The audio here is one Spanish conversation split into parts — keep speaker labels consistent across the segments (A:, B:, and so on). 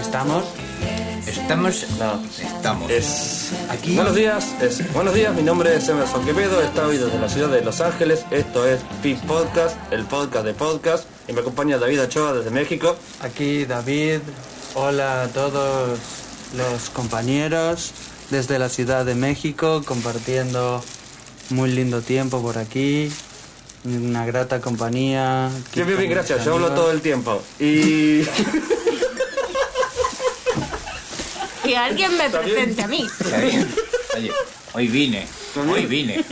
A: Estamos.
B: Estamos.
A: No.
B: Estamos.
C: Es...
A: Aquí.
C: Buenos días, es... Buenos días, mi nombre es Emerson Quevedo, está hoy desde la ciudad de Los Ángeles, esto es PIP Podcast, el podcast de podcast, y me acompaña David Ochoa desde México.
A: Aquí David, hola a todos los compañeros desde la Ciudad de México, compartiendo muy lindo tiempo por aquí, una grata compañía. aquí
C: Bien, bien, bien,
A: con
C: gracias,
A: mis
C: yo hablo
A: amigos.
C: todo el tiempo. Y...
D: Que alguien me presente a mí.
B: Está bien. Oye, hoy vine. Hoy vine.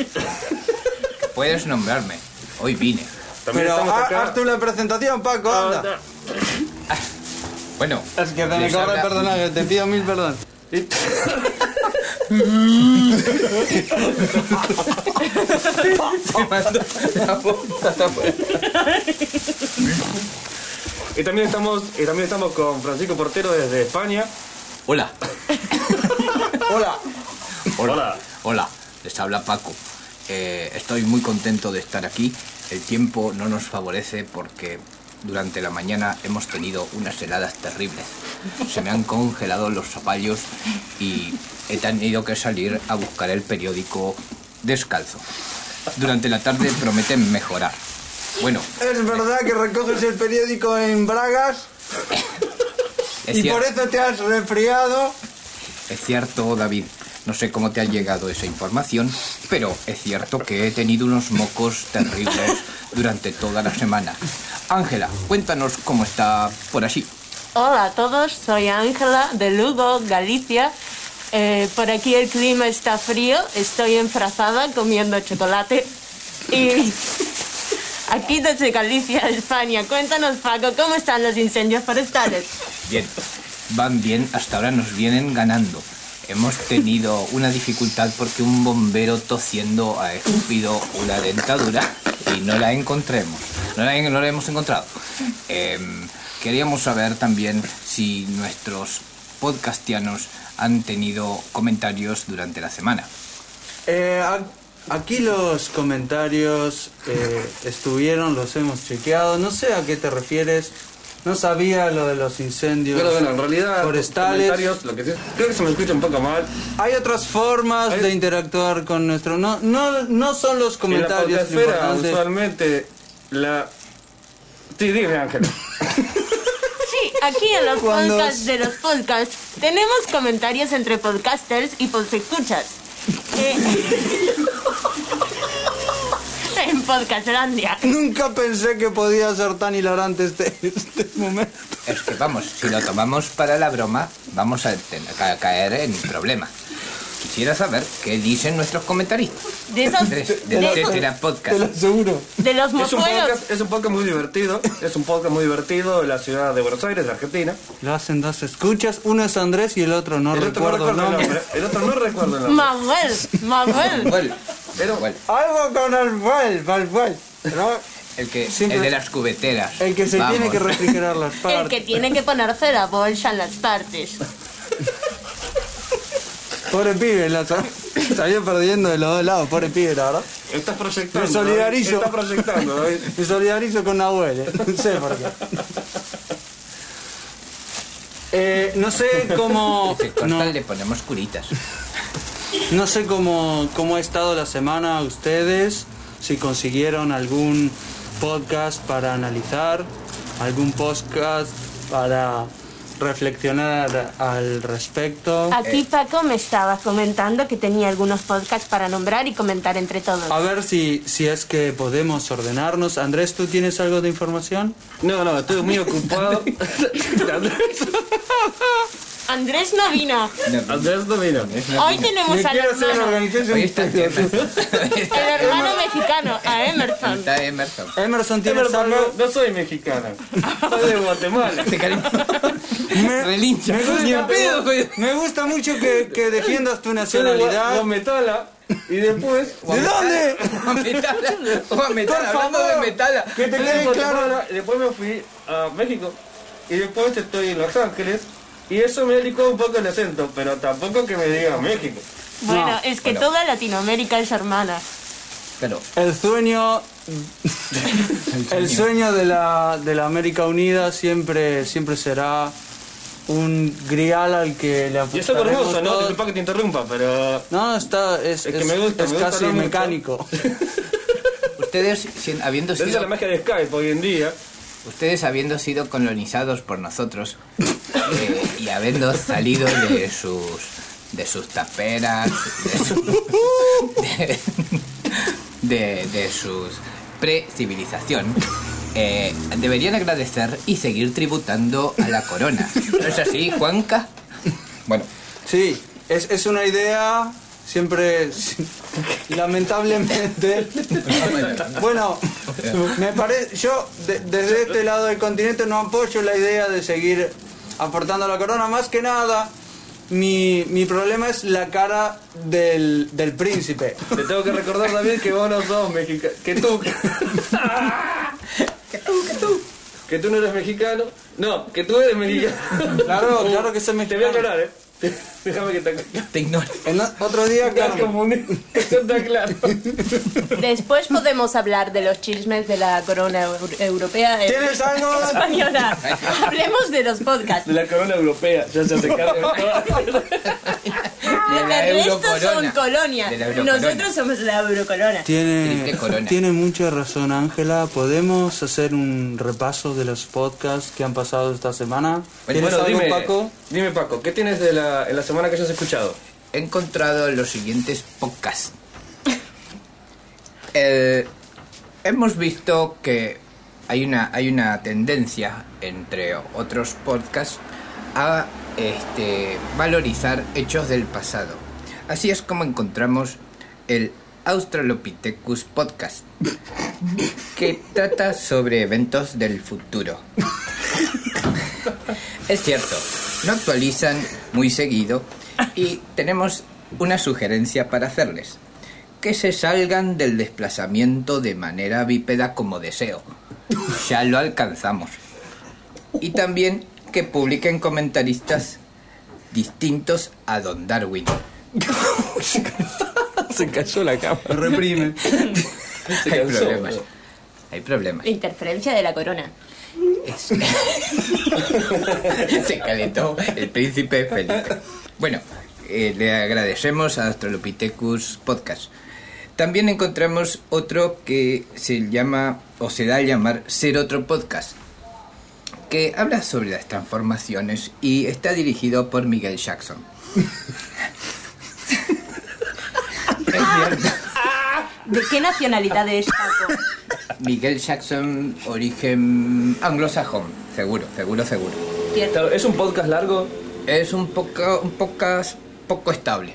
B: Puedes nombrarme. Hoy vine.
C: También
A: Pero ah,
C: estamos
A: ha-
C: acá- Ah,
A: haz tú la presentación, Paco, anda.
B: Bueno.
A: Es que te me
B: les
A: cobra
B: habla-
A: perdona, que te pido mil perdón.
B: Te mando la puta afuera.
C: Y también estamos, y también estamos con Francisco Portero desde España.
B: Hola.
A: Hola.
C: Hola.
B: Hola. Les habla Paco. Eh, estoy muy contento de estar aquí. El tiempo no nos favorece porque durante la mañana hemos tenido unas heladas terribles. Se me han congelado los zapallos y he tenido que salir a buscar el periódico descalzo. Durante la tarde prometen mejorar. Bueno,
A: ¿Es verdad que recoges el periódico en Bragas?
B: es
A: y
B: cier-
A: por eso te has resfriado.
B: Es cierto, David. No sé cómo te ha llegado esa información, pero es cierto que he tenido unos mocos terribles durante toda la semana. Ángela, cuéntanos cómo está por allí.
D: Hola a todos, soy Ángela de Lugo, Galicia. Eh, por aquí el clima está frío, estoy enfrazada comiendo chocolate. Y aquí desde Galicia, España. Cuéntanos, Paco, ¿cómo están los incendios forestales?
B: Bien, van bien, hasta ahora nos vienen ganando. Hemos tenido una dificultad porque un bombero tosiendo ha escupido una dentadura y no la encontremos. No la, no la hemos encontrado. Em, queríamos saber también si nuestros podcastianos han tenido comentarios durante la semana.
A: Eh, a- aquí los comentarios eh, estuvieron, los hemos chequeado. No sé a qué te refieres. No sabía lo de los incendios
C: Bueno, bueno, en realidad,
A: forestales.
C: comentarios, lo que sí- creo que se me escucha un poco mal.
A: Hay otras formas
C: Hay-
A: de interactuar con nuestro. No, no, no son los
C: En la
A: comentarios
C: podcastfera,
A: importantes.
C: usualmente, la... Sí, dime, Ángela.
D: Sí, aquí en los
A: Cuando-
D: podcasts de los podcasts tenemos comentarios entre podcasters y podsescuchas. Eh, en Podcastlandia.
A: Nunca pensé que podía ser tan hilarante este, este momento.
B: Es que vamos, si lo tomamos para la broma, vamos a, ten- a caer en problemas. Quisiera saber qué dicen nuestros comentaristas.
D: De esos-
B: Tres,
D: de
B: del
D: esos-
B: Tetra
A: Te
B: Podcast.
A: lo aseguro.
D: De los
C: Es un,
D: mojuelos.
C: podcast, es un podcast muy divertido, es un podcast muy divertido de la ciudad de Buenos Aires, de Argentina.
A: Lo hacen dos escuchas, uno es Andrés y el otro no
C: el otro no recuerdo
A: recuerdo el
C: el
A: nombre.
C: nombre. El otro no recuerdo el nombre.
D: Manuel, Manuel.
B: Bueno,
C: Pero-
B: bueno,
A: Algo con el vuel, el vuel, ¿no?
B: el, que,
A: Siempre-
B: el de las cubeteras.
A: El que se
B: Vamos.
A: tiene que refrigerar las
D: El que
A: partes.
D: tiene que ponerse la bolsa en las partes.
A: Pobre pibe, la sa- salió perdiendo de los dos lados, pobre pibe, la verdad.
C: Estás proyectando.
A: Me solidarizo.
C: David, Estás proyectando, ¿eh? David.
A: Me solidarizo con Nahuel, eh, no sé por qué. Eh, no sé cómo...
B: Se corta,
A: No,
B: le ponemos curitas.
A: no sé cómo, cómo ha estado la semana a ustedes, si consiguieron algún podcast para analizar, algún podcast para reflexionar al respecto.
D: Aquí Paco me estaba comentando que tenía algunos podcasts para nombrar y comentar entre todos.
A: A ver si, si es que podemos ordenarnos. Andrés, ¿tú tienes algo de información?
C: No, no, estoy muy ocupado.
D: Andrés no vino.
C: Andrés Domino.
D: Hoy tenemos al hermano.
A: organización.
B: Hoy está Emerson.
D: El hermano mexicano, a Emerson.
B: Está Emerson.
A: Emerson,
C: Yo no,
A: ¿tienes algo?
C: no soy mexicana. Soy de Guatemala.
B: Este cariño. Relincha.
A: Me gusta,
B: Ni en pedo, güey.
C: pues.
A: me gusta mucho que, que defiendas tu
C: Soy de Gua-
A: nacionalidad.
C: Guametala. Y después.
A: ¿De dónde?
B: Guametala.
A: Por
B: Guametala. Hablando de
A: favor.
B: metala.
C: Que te
A: Sí,
C: quede
A: claro.
C: claro. Después me fui a México. Y después estoy en Los Ángeles. Y eso me ha licuado un poco el acento, pero tampoco que me diga México.
D: Bueno,
A: No,
D: es que
B: bueno.
D: toda Latinoamérica es hermana.
B: Pero,
A: El sueño, el sueño de la, de la América Unida siempre, siempre será un grial al que le
C: Y eso es
A: apuntaremos
C: hermoso, ¿no?
A: todos-
C: Disculpa que te interrumpa, pero.
A: No, está, es,
C: Es que
A: es-
C: me gusta,
A: es
C: me gusta
A: casi
C: hablar mucho.
A: mecánico.
B: Ustedes, si- habiendo
C: Esa es la
B: sido,
C: magia de Skype hoy en día.
B: ustedes habiendo sido colonizados por nosotros eh, y habiendo salido de sus de sus taperas, de, su- de- de- de sus pre-civilización, eh, deberían agradecer y seguir tributando a la corona. ¿No es así, Juanca? Bueno,
A: Sí, es, es una idea siempre, lamentablemente. bueno, me parece, yo de- desde este lado del continente no apoyo la idea de seguir aportando la corona. Más que nada, mi, mi problema es la cara del, del príncipe.
C: Te tengo que recordar también que vos no sos mexicano. Que tú. que tú, que tú. Que tú no eres mexicano. No, que tú eres mexicano.
A: Claro, claro que soy
C: Te voy a
A: mexicano.
C: aclarar, eh. Déjame que te aclare.
B: te ignoro.
A: En o- otro día,
C: Te has
A: claro.
C: confundido. Eso está claro.
D: Después podemos hablar de los chismes de la corona eu- europea. eh,
A: ¿Tienes algo?
D: Española. Hablemos de los podcasts.
C: De la corona europea. Ya se hace cargo de todo.
B: De la
D: el resto Ah, son
B: eurocorona.
D: colonias.
B: De la eurocorona.
D: Nosotros somos la eurocorona.
A: Tiene,
B: Triple corona.
A: tiene mucha razón, Ángela. ¿Podemos hacer un repaso de los podcasts que han pasado esta semana? ¿Tienes
C: Bueno,
A: algo,
C: dime,
A: Paco?
C: Dime, Paco, ¿qué tienes de la, en la semana que hayas escuchado?
B: he encontrado los siguientes podcasts. El- hemos visto que hay una, hay una tendencia, entre otros podcasts, a este, valorizar hechos del pasado. Así es como encontramos el Australopithecus Podcast, que trata sobre eventos del futuro. Es cierto, no actualizan muy seguido y tenemos una sugerencia para hacerles. Que se salgan del desplazamiento de manera bípeda como deseo. Ya lo alcanzamos. Y también que publiquen comentaristas distintos a Don Darwin.
C: Se cayó la cama.
A: Reprime.
C: Se
B: Hay
C: cansó.
B: problemas. Hay problemas.
D: Interferencia de la corona.
B: Es- Se calentó el príncipe Felipe. Bueno, eh, le agradecemos a Australopithecus Podcast. También encontramos otro que se llama, o se da a llamar, Ser Otro Podcast, que habla sobre las transformaciones y está dirigido por Miguel Jackson. Es cierto.
D: ¿De qué nacionalidad es Paco?
B: Miguel Jackson, origen anglosajón, seguro, seguro, seguro.
D: Cierto.
C: Claro, ¿Es un podcast largo?
B: Es un poco, un pocas- poco estable.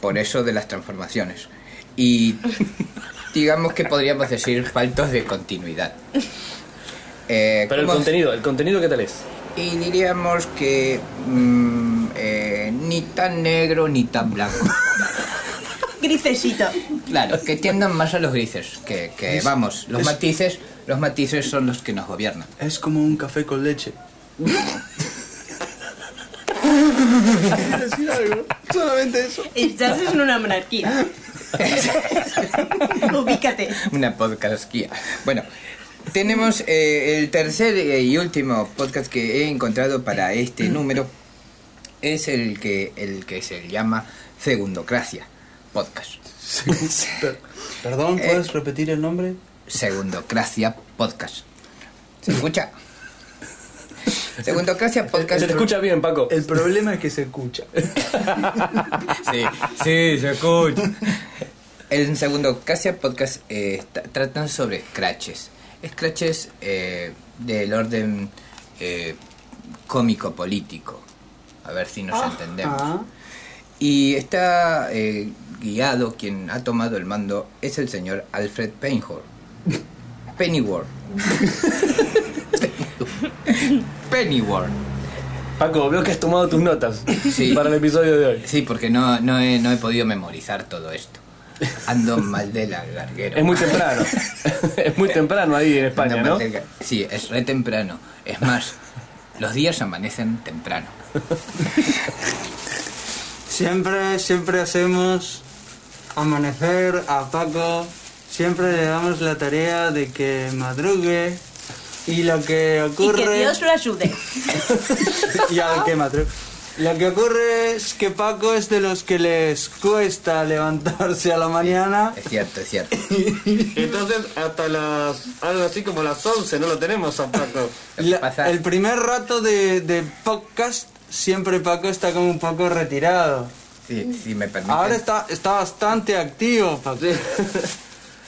B: Por eso de las transformaciones. Y digamos que podríamos decir faltos de continuidad. Eh,
C: Pero el
B: ¿cómo-
C: contenido, ¿el contenido qué tal es?
B: Y diríamos que mm, eh, ni tan negro ni tan blanco.
D: Grisecito.
B: Claro, que tiendan más a los grises. Que, que, vamos, los matices, los matices son los que nos gobiernan.
A: Es como un café con leche. decir algo? Solamente eso.
D: Estás en una monarquía. Ubícate.
B: Una podcastquía. Bueno, tenemos eh, el tercer eh, y último podcast que he encontrado para este número. Es el que, el que se llama Segundocracia Podcast.
A: Perdón,
B: Eh.
A: ¿puedes repetir el nombre?
B: Segundocracia Podcast. ¿Se escucha? Segundocracia Podcast.
C: Se te escucha bien, Paco.
A: El problema es que se escucha.
B: Sí, sí, se escucha. El segundo, casi a podcast, eh, tra- tratan sobre scratches. Scratches eh, del orden eh, cómico-político. A ver si nos entendemos.
A: Ah,
B: Y está eh, guiado, quien ha tomado el mando es el señor Alfred Pennyworth. Pennyworth. Pennyworth.
C: Paco, veo que has tomado tus notas
B: Sí.
C: para el episodio de hoy.
B: Sí, porque no, no, he, no he podido memorizar todo esto. Ando mal de la larguera.
C: Es muy temprano. es muy temprano ahí en
B: Ando
C: España,
B: mal
C: ¿no?
B: de la- Sí, es re temprano. Es más, los días amanecen temprano.
A: Siempre, siempre hacemos amanecer a Paco. Siempre le damos la tarea de que madrugue Y lo que
D: Y
A: ocurre...
D: que Dios lo ayude.
A: ya me quema, tru- Lo que ocurre es que Paco es de los que les cuesta levantarse a la mañana.
B: Es cierto, es cierto.
C: Entonces, hasta las. algo así como las 11 no lo tenemos a Paco.
A: La-
B: Pasa-
A: el primer rato de, de podcast, siempre Paco está como un poco retirado.
B: Sí, si me permiten.
A: Ahora está, está bastante activo, Paco.
C: Sí.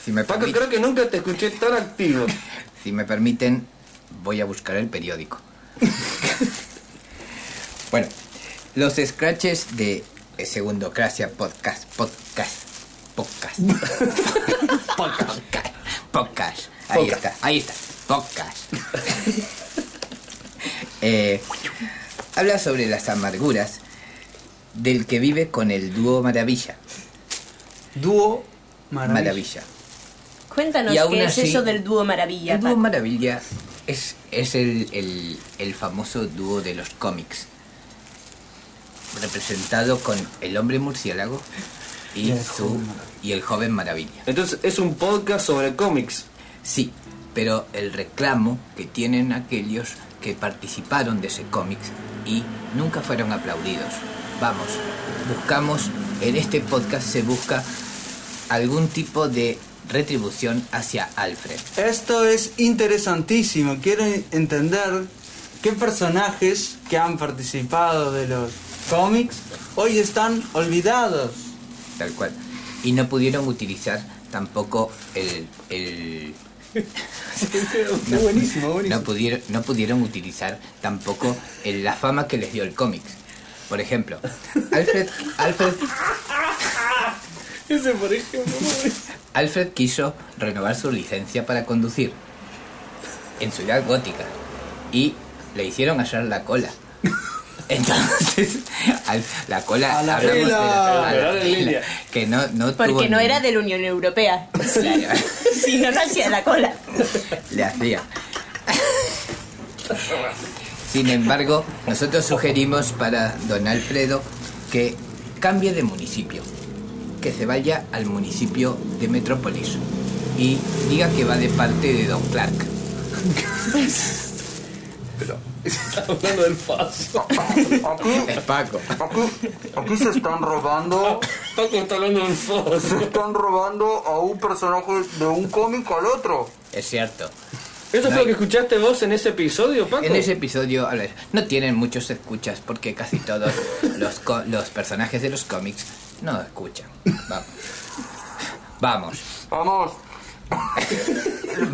B: si me
C: Paco,
B: permiten-
C: creo que nunca te escuché tan activo.
B: Si me permiten, voy a buscar el periódico. bueno, los scratches de Segundocracia Podcast, Podcast, Podcast, Podcast, Podcast. Ahí
C: Podcast.
B: está, ahí está, Podcast. Eh, habla sobre las amarguras del que vive con el dúo Maravilla.
A: Dúo maravilla.
B: Maravilla.
D: Cuéntanos
B: Y aún
D: qué
B: así-
D: es eso del dúo maravilla.
B: El dúo
D: Paco.
B: Maravilla es, es el, el- el famoso dúo de los cómics, representado con el hombre murciélago y,
A: Y el
B: su-
A: joven maravilla.
B: y el joven maravilla.
C: Entonces, es un podcast sobre cómics.
B: Sí, pero el reclamo que tienen aquellos que participaron de ese cómic y nunca fueron aplaudidos. Vamos, buscamos, en este podcast se busca algún tipo de retribución hacia Alfred.
A: Esto es interesantísimo. Quiero entender qué personajes que han participado de los cómics hoy están olvidados.
B: Tal cual. Y no pudieron utilizar tampoco el. el- no,
A: buenísimo, buenísimo.
B: No pudieron, no pudieron utilizar tampoco el- la fama que les dio el cómic. Por ejemplo, Alfred, Alfred,
C: Ese, por ejemplo.
B: Alfred quiso renovar su licencia para conducir en Ciudad Gótica y le hicieron hallar la cola. Entonces, al- la cola
A: A la
B: hablamos de
A: fila.
B: la- a la
C: Esperar en
B: fila,
C: línea.
B: que no, no tuvo
D: Porque no
B: ni-
D: era de la Unión Europea.
B: Claro.
D: Si no, no hacía la cola.
B: le hacía. Sin embargo, nosotros sugerimos para don Alfredo que cambie de municipio, que se vaya al municipio de Metrópolis y diga que va de parte de don Clark.
C: Hablando del paso.
B: Es Paco.
A: Aquí, aquí se están robando,
C: Paco está hablando del paso.
A: están robando a un personaje de un cómic al otro.
B: Es cierto.
C: ¿Eso fue lo que escuchaste vos en ese episodio, Paco?
B: En ese episodio, a ver, no tienen muchos escuchas porque casi todos los, co- los personajes de los cómics no escuchan. Vamos. Vamos.
A: Vamos.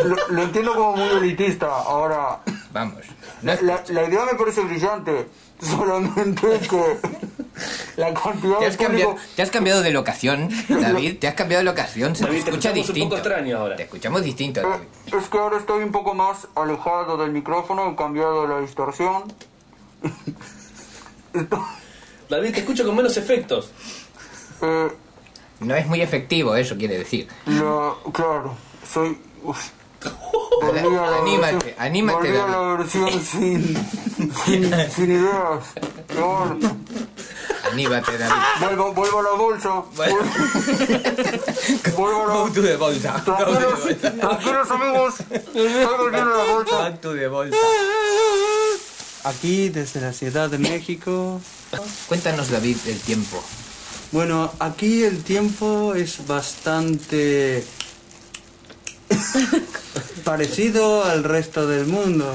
A: Lo, lo entiendo como muy elitista. Ahora,
B: Vamos. No es-
A: la, la idea me parece brillante. Solamente que la cantidad
B: ¿Te
A: de
B: has, cambiado,
A: público...
B: te has cambiado de locación, David. Te has cambiado de locación. Se te
C: David, te
B: escucha
C: escuchamos un
B: distinto.
C: poco extraño ahora.
B: Te escuchamos distinto, David.
A: Eh, Es que ahora estoy un poco más alejado del micrófono, he cambiado la distorsión.
C: David, te escucho con menos efectos.
A: Eh,
B: No es muy efectivo, eso quiere decir.
A: la- claro, soy... uf. Volví a la
B: Anímate,
A: versión-
B: anímate,
A: volví a la
B: David.
A: versión sin, sin, sin ideas. Pero bueno,
B: Aníbate, David.
A: Vuelvo, vuelvo a la bolsa. Vuelvo- Vuelvo a
B: Go
A: la...
B: to the bolsa. Go to the
A: Tranquilos,
B: bolsa.
A: tranquilos amigos, estoy volviendo a la bolsa.
B: Back to the bolsa.
A: Aquí, desde la Ciudad de México.
B: Cuéntanos, David, el tiempo.
A: Bueno, aquí el tiempo es bastante parecido al resto del mundo.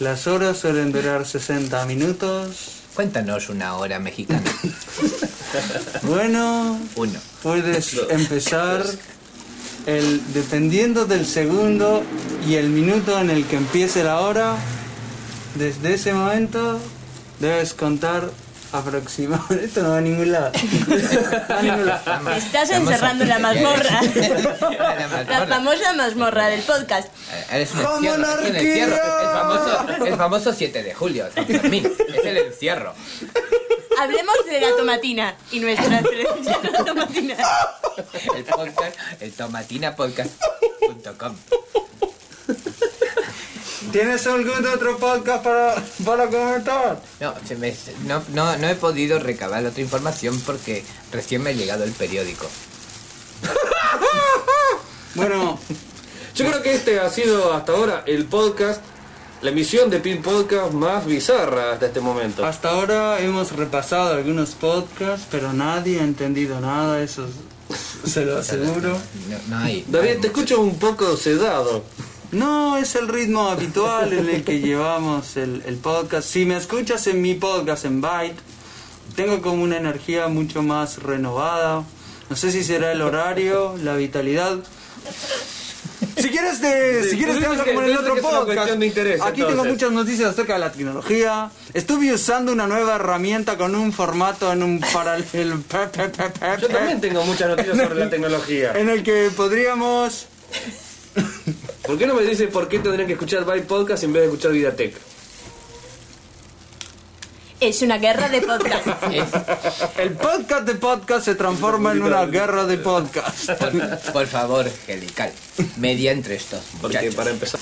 A: Las horas suelen durar 60 minutos.
B: Cuéntanos una hora mexicana.
A: Bueno,
B: Uno.
A: puedes empezar el, dependiendo del segundo y el minuto en el que empiece la hora. Desde ese momento debes contar aproximadamente. Esto no va a ningún lado. No va a ningún lado.
D: Estás encerrando en la mazmorra.
B: La
D: La
B: mazmorra.
D: famosa mazmorra del podcast.
B: Eres un
A: ¡Como
B: encierro, es un
A: anarquía!
B: encierro. El famoso, el famoso 7 de julio, San Fermín. Es el encierro.
D: Hablemos de la tomatina y nuestra referencia a la tomatina.
B: El podcast, el tomatinapodcast.com.
A: ¿Tienes algún otro podcast para, para comentar?
B: No, se me- no, no, no he podido recabar otra información porque recién me ha llegado el periódico.
A: Bueno,
C: Yo creo que este ha sido hasta ahora el podcast la emisión de Pin Podcast más bizarra hasta este momento.
A: Hasta ahora hemos repasado algunos podcasts, pero nadie ha entendido nada, eso s- se lo aseguro.
B: No, no hay.
C: David, te escucho un poco sedado.
A: No, es el ritmo habitual en el que llevamos el, el podcast. Si me escuchas en mi podcast, en Byte, tengo como una energía mucho más renovada. No sé si será el horario, la vitalidad. Si quieres, te, si quieres te hablo como en el
C: Entonces
A: otro
C: pues es una
A: podcast.
C: cuestión de interés,
A: Aquí tengo
C: entonces.
A: muchas noticias acerca de la tecnología. Estuve usando una nueva herramienta con un formato en un paralelo.
C: Yo también tengo muchas noticias sobre la tecnología.
A: En el que podríamos
C: ¿Por qué no me dices por qué tendrían que escuchar By Podcast en vez de escuchar Vidatec?
D: Es una guerra de podcast.
B: Eh,
A: El podcast de podcast se transforma en una guerra de podcast.
B: Por, por favor, Gelical, media entre estos
C: Porque
B: muchachos.
C: para empezar.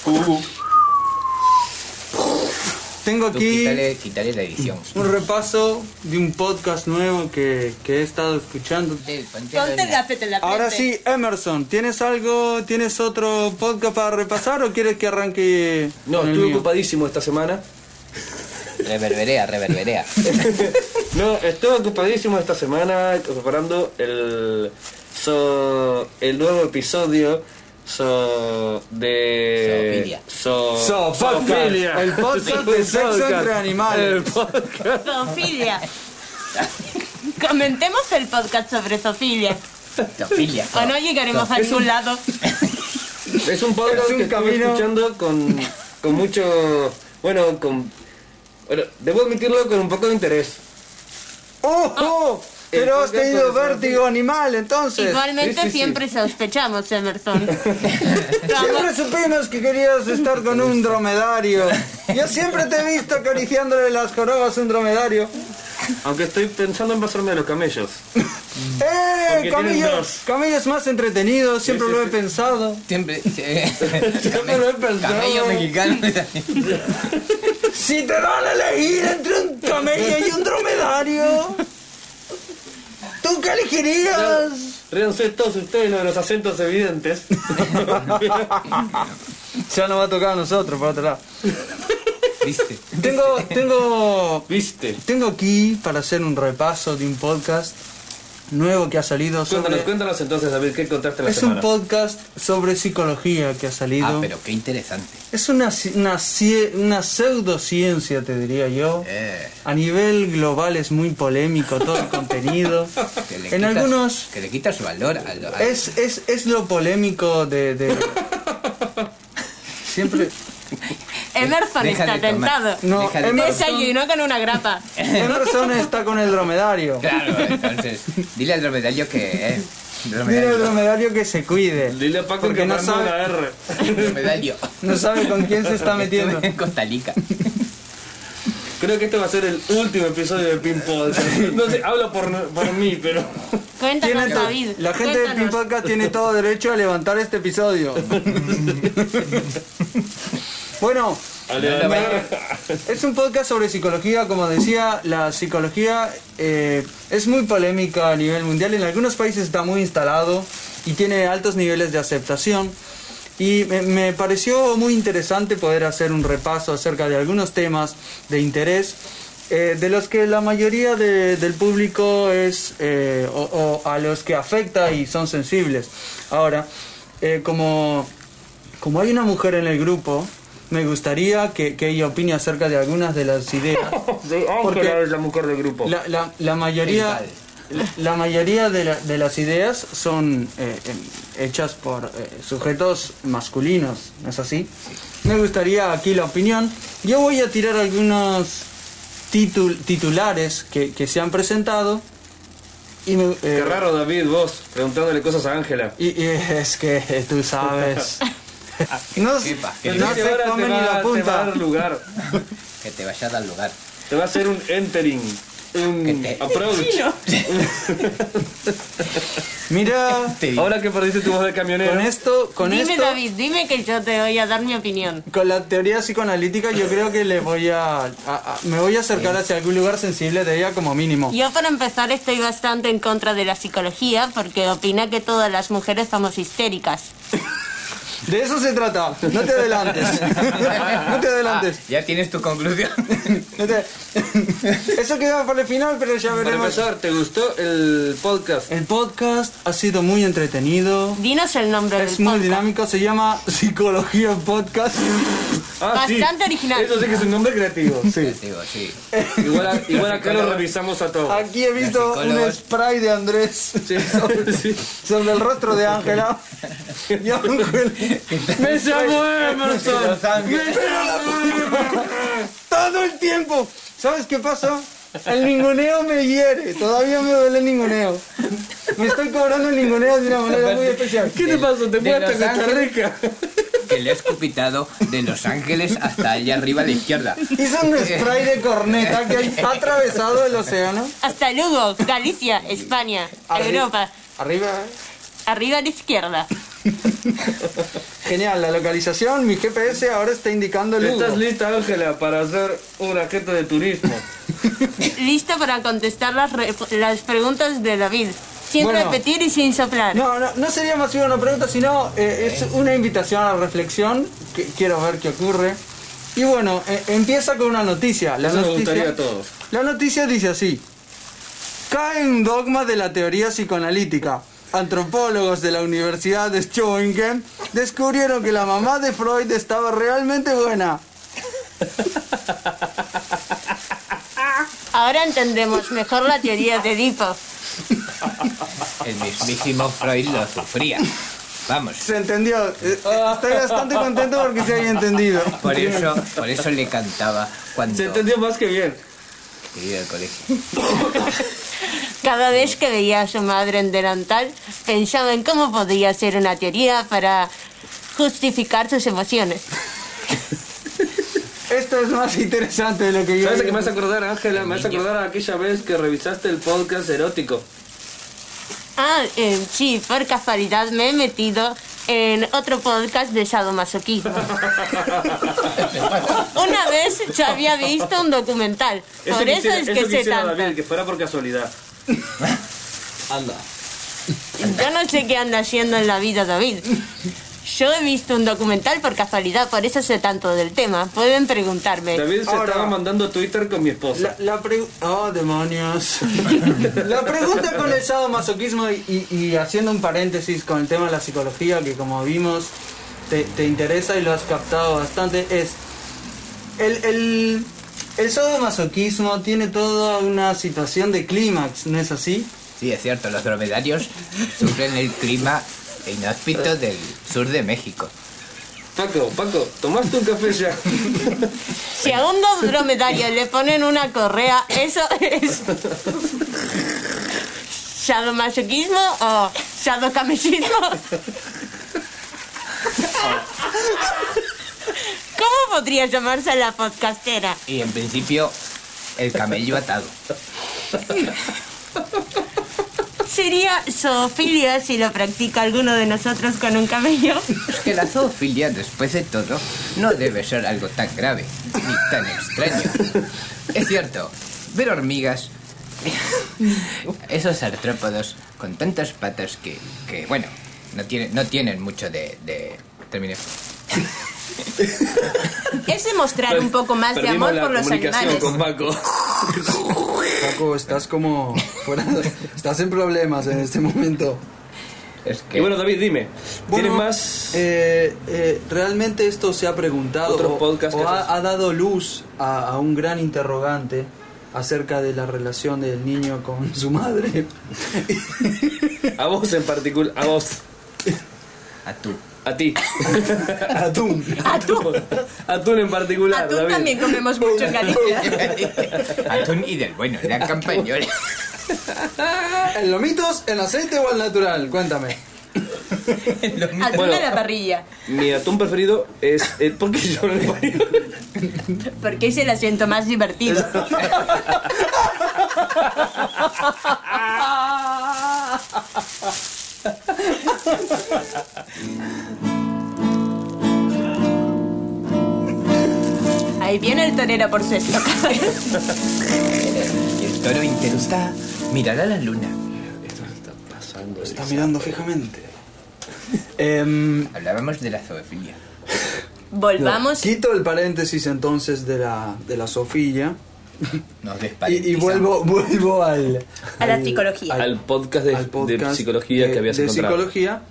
A: Tengo
B: Tú
A: aquí
B: quítale, quítale la edición.
A: un repaso de un podcast nuevo que, que he estado escuchando.
B: Ponte- ponte
D: Ponte el
B: la-
D: gafete en la frente.
A: Ahora sí, Emerson, ¿tienes algo, tienes otro podcast para repasar o quieres que arranque?
C: No,
A: con el
C: estuve
A: mío?
C: ocupadísimo esta semana.
B: Reverberea, reverberea.
C: No, estuve ocupadísimo esta semana preparando el so- el nuevo episodio so- de
B: Zoofilia.
C: so,
A: Zoopodcast.
C: zoofilia.
A: El podcast de sexo entre animales.
C: El podcast.
D: Zoofilia. Comentemos el podcast sobre zoofilia.
B: Zoofilia.
D: O no llegaremos a
C: Es
D: ningún
C: un-
D: lado.
C: Es un podcast
A: Es un
C: que estuve
A: camino.
C: escuchando con con mucho bueno con bueno, debo admitirlo con un poco de interés.
A: ¡Oh, oh! Pero
C: Ah, El
A: has tenido
C: podcast de-
A: vértigo animal, entonces.
D: Igualmente
C: sí, sí.
D: siempre sospechamos, Emerson.
A: Siempre
D: Vamos,
A: supimos que querías estar con
C: Este.
A: un dromedario. Yo siempre te he visto acariciándole las jorobas a un dromedario.
C: Aunque estoy pensando en pasarme a los camellos.
A: ¡Eh!
C: Porque tienen
A: Camellos,
C: dos.
A: camellos más entretenidos, siempre lo he pensado.
B: Siempre.
C: Siempre lo he pensado.
B: Camello mexicano.
A: Si te dan a elegir entre un camello y un dromedario, ¿tú qué elegirías?
C: Ríanse todos ustedes lo de los acentos evidentes.
A: Ya nos va a tocar a nosotros, por otro lado.
B: ¿Viste?
A: Tengo, tengo,
C: ¿Viste?
A: tengo aquí para hacer un repaso de un podcast nuevo que ha salido
C: Cuéntanos,
A: sobre...
C: cuéntanos entonces, David, ¿qué contaste la
A: Es un
C: semana?
A: podcast sobre psicología que ha salido.
B: Ah, pero qué interesante.
A: Es una, ci- una, cie- una pseudociencia, te diría yo.
B: Eh.
A: A nivel global es muy polémico todo el contenido.
B: Que le
A: en
B: quitas-
A: algunos
B: Que le quitas valor a lo. a-
A: es, es, es lo polémico de... de- Siempre...
D: Emerson
B: Deja
D: está
B: de tomar.
D: tentado.
A: No,
B: Deja de-
A: Emerson,
D: Desayuno con una grapa.
A: Emerson está con el dromedario.
B: Claro, entonces. Dile al dromedario que. Eh,
A: Dile al
B: dromedario.
A: dromedario que se cuide.
C: Dile a Paco
A: porque
C: que
A: no
C: mandó
A: sabe,
C: la R.
B: dromedario.
A: no sabe con quién se está metiendo.
B: Estuve en Costa Rica.
C: Creo que este va a ser el último episodio de Pinball. No sé, hablo por, por mí, pero...
D: Cuéntanos,
A: Tiene to-
D: David.
A: la gente de
D: cuéntanos.
A: Pimpodcast tiene todo derecho a levantar este episodio. bueno,
B: No lo vayas.
A: es un podcast sobre psicología, como decía, la psicología eh, es muy polémica a nivel mundial, en algunos países está muy instalado y tiene altos niveles de aceptación. Y me, me pareció muy interesante poder hacer un repaso acerca de algunos temas de interés, eh, de los que la mayoría de- del público es, eh, o, o a los que afecta y son sensibles. Ahora, eh, como como hay una mujer en el grupo, me gustaría que, que ella opine acerca de algunas de las ideas.
C: Ángela es la mujer del grupo.
A: La, la- la mayoría, la mayoría de, la- de las ideas son eh, em, hechas por eh, sujetos masculinos, ¿no es así? Me gustaría aquí la opinión. Yo voy a tirar algunos titul- titulares que, que se han presentado. Y me- eh,
C: Qué raro, David, vos, preguntándole cosas a Ángela.
A: y, y es que tú sabes.
C: Ah,
A: No, s-
B: Epa, que
A: no se
C: ahora
A: come
C: te
A: ni
C: va-
A: la
C: Te va a
A: punta.
C: dar lugar.
B: Que te vaya a dar lugar.
C: Te va a hacer un entering.
B: Que
C: Un
B: te-
C: approach.
A: Mira,
B: Te digo.
C: Ahora que perdiste tu voz de
A: con
C: camionero...
A: esto, con
D: Dime,
A: esto,
D: David, dime que yo te voy a dar mi opinión.
A: con la teoría psicoanalítica, yo creo que le voy a, a- a- me voy a acercar hacia algún lugar sensible de ella como mínimo.
D: Yo para empezar estoy bastante en contra de la psicología porque opina que todas las mujeres somos histéricas.
A: De eso se trata. No te adelantes. No te adelantes.
B: Ah, Ya tienes tu conclusión.
A: No te- Eso queda para el final, pero ya
C: Para
A: veremos.
C: empezar, ¿te gustó el podcast?
A: El podcast ha sido muy entretenido.
D: Dinos el nombre
A: Es
D: del
A: muy
D: podcast.
A: dinámico, se llama Psicología en Podcast.
C: Ah, sí.
D: Bastante original.
A: Eso sí que es un nombre creativo, sí.
B: Digo, sí.
C: Igual, a- igual acá lo revisamos a todos.
A: Aquí he visto un
B: psicólogos.
A: spray de Andrés sobre, sobre el rostro de Ángela. Y Ángel,
C: ¡Me llamo Emerson!
A: todo el tiempo. ¿Sabes qué pasó? El ninguneo me hiere, todavía me duele el ninguneo. Me estoy cobrando el ninguneo de una manera muy especial.
C: ¿Qué te pasó? ¿Te
B: De
C: fuiste a
B: Los
C: Costa
B: Ángeles.
C: Rica?
B: Que le ha escupitado de Los Ángeles hasta allá arriba a la izquierda.
A: Hizo un spray de corneta que ha atravesado el océano.
D: Hasta luego, Galicia, España,
A: Arri-
D: Europa.
A: Arriba, eh.
D: Arriba a la izquierda.
A: Genial, la localización, mi GPS ahora está indicando el
C: ¿Estás
A: Lugo.
C: lista, Ángela, para hacer un agente de turismo?
D: Listo para contestar las, re- las preguntas de David. Sin
A: Bueno.
D: repetir y sin soplar.
A: No, no, no sería más bien una pregunta, sino eh, es una invitación a la reflexión. que quiero ver qué ocurre. Y bueno, eh, empieza con una noticia. La
C: Eso nos
A: noticia,
C: gustaría a todos.
A: La noticia dice así. Cae un dogma de la teoría psicoanalítica. Antropólogos de la Universidad de Tübingen descubrieron que la mamá de Freud estaba realmente buena.
D: Ahora entendemos mejor la teoría de Edipo.
B: El mismísimo Freud lo sufría. Vamos.
A: Se entendió. Eh, Estoy bastante contento porque se haya entendido.
B: Por eso, por eso le cantaba cuando
C: Se entendió más que bien.
B: iba al colegio.
D: Cada vez que veía a su madre en delantal, pensaba en cómo podía ser una teoría para justificar sus emociones.
A: Esto es más interesante de lo que yo...
C: ¿Sabes a qué me vas a acordar, Ángela? Me vas a acordar a aquella vez que revisaste el podcast erótico.
D: Ah, eh, sí, por casualidad me he metido en otro podcast de sadomasoquismo. Una vez yo había visto un documental, por eso
C: quisiera-
D: es que sé
C: quisiera
D: tanto.
C: David, que fuera por casualidad.
B: Anda.
D: Yo no sé qué anda haciendo en la vida David. Yo he visto un documental por casualidad, por eso sé tanto del tema. Pueden preguntarme.
C: David se
A: Ahora-
C: estaba mandando Twitter con mi esposa.
A: La, la pregu- Oh, demonios. la pregunta con el sadomasoquismo y, y, y haciendo un paréntesis con el tema de la psicología, que como vimos te, te interesa y lo has captado bastante, es... El, el, el sadomasoquismo tiene toda una situación de clímax, ¿no es así?
B: Sí, es cierto, los dromedarios sufren el clima inhóspito del sur de México.
C: Paco, Paco, ¿tomaste un café ya?
D: Si a un dromedario le ponen una correa, eso es. ¿Sadomasoquismo o sadocamecismo? ¿Cómo podría llamarse la podcastera?
B: Y en principio, el camello atado.
D: ¿Sería zoofilia si lo practica alguno de nosotros con un camello?
B: Es que la zoofilia, después de todo, no debe ser algo tan grave ni tan extraño. Es cierto, ver hormigas, esos artrópodos con tantas patas que, que, bueno, no tienen, no tienen mucho de... de... Terminé.
D: Es demostrar un poco más de amor por los animales.
C: con Paco.
A: Paco, estás como... fuera de- estás en problemas en este momento.
B: Es
C: Y
B: que...
C: bueno, David, dime.
A: Bueno,
C: ¿Tienes más?
A: eh, eh, realmente esto se ha preguntado
C: Otro
A: o-
C: podcast
A: o
C: que haces.
A: ha, ha dado luz a, a un gran interrogante acerca de la relación del niño con su madre.
C: A vos en particular, a vos,
B: A tú.
C: a ti.
A: Atún.
D: Atún.
C: Atún en particular,
D: Atún
C: David.
D: también comemos mucho en Galicia.
B: Atún y del bueno, la campañola.
A: ¿En lomitos, en aceite o al natural? Cuéntame.
D: Atún
C: Bueno.
D: a la parrilla.
C: Mi atún preferido es el porque yo no le ponía.
D: Porque es el asiento más divertido. Ahí viene el torero por su estocada.
B: Y el toro interusta mirará la luna.
A: Está mirando fijamente. Em,
B: Hablábamos de la zoofilia.
A: no,
D: Volvamos.
A: quito el paréntesis entonces de la, de la Sofía
B: Nos
A: y, y
B: desparentizamos.
A: vuelvo, vuelvo al,
E: A la psicología.
C: Al podcast de-
A: al
C: de psicología
A: de-
C: que habías
A: de
C: encontrado.
A: psicología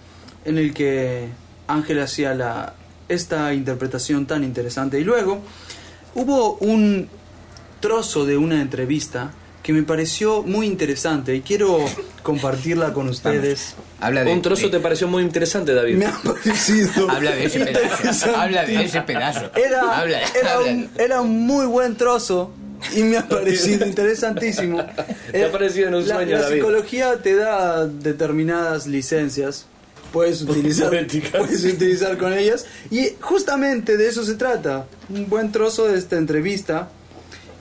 A: en el que Ángel hacía la esta interpretación tan interesante y luego hubo un trozo de una entrevista que me pareció muy interesante y quiero compartirla con
B: Vamos.
A: ustedes.
B: Habla de,
C: Un trozo
B: de-
C: te pareció muy interesante, David.
A: Me ha parecido
B: Habla de ese pedazo. Habla de ese pedazo.
A: Era,
B: Habla,
A: era,
B: habla.
A: un, era un muy buen trozo y me ha parecido interesantísimo. Eh,
C: Te ha parecido en un
A: la,
C: sueño,
A: La
C: David.
A: psicología te da determinadas licencias. Puedes utilizar,
C: Poéticas.
A: puedes utilizar con ellas. Y justamente de eso se trata. Un buen trozo de esta entrevista.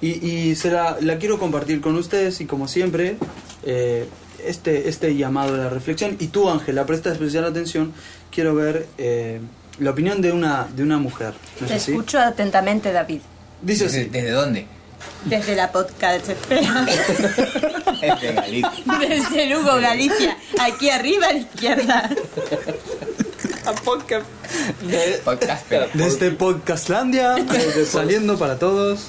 A: Y, y se la, la quiero compartir con ustedes. Y como siempre, eh, este, este llamado a la reflexión. Y tú, Ángela, presta especial atención. Quiero ver eh, la opinión de una, de una mujer. ¿no es
E: Te
A: así?
E: escucho atentamente, David.
A: Dice
B: ¿Desde,
A: así.
B: desde dónde?
E: Desde la podcast esfera.
B: Desde Este Galicia.
E: Desde Lugo, Galicia. Aquí arriba a la izquierda.
A: Eh,
B: Podcast, pero-
A: Desde este Podcastlandia, eh, saliendo para todos.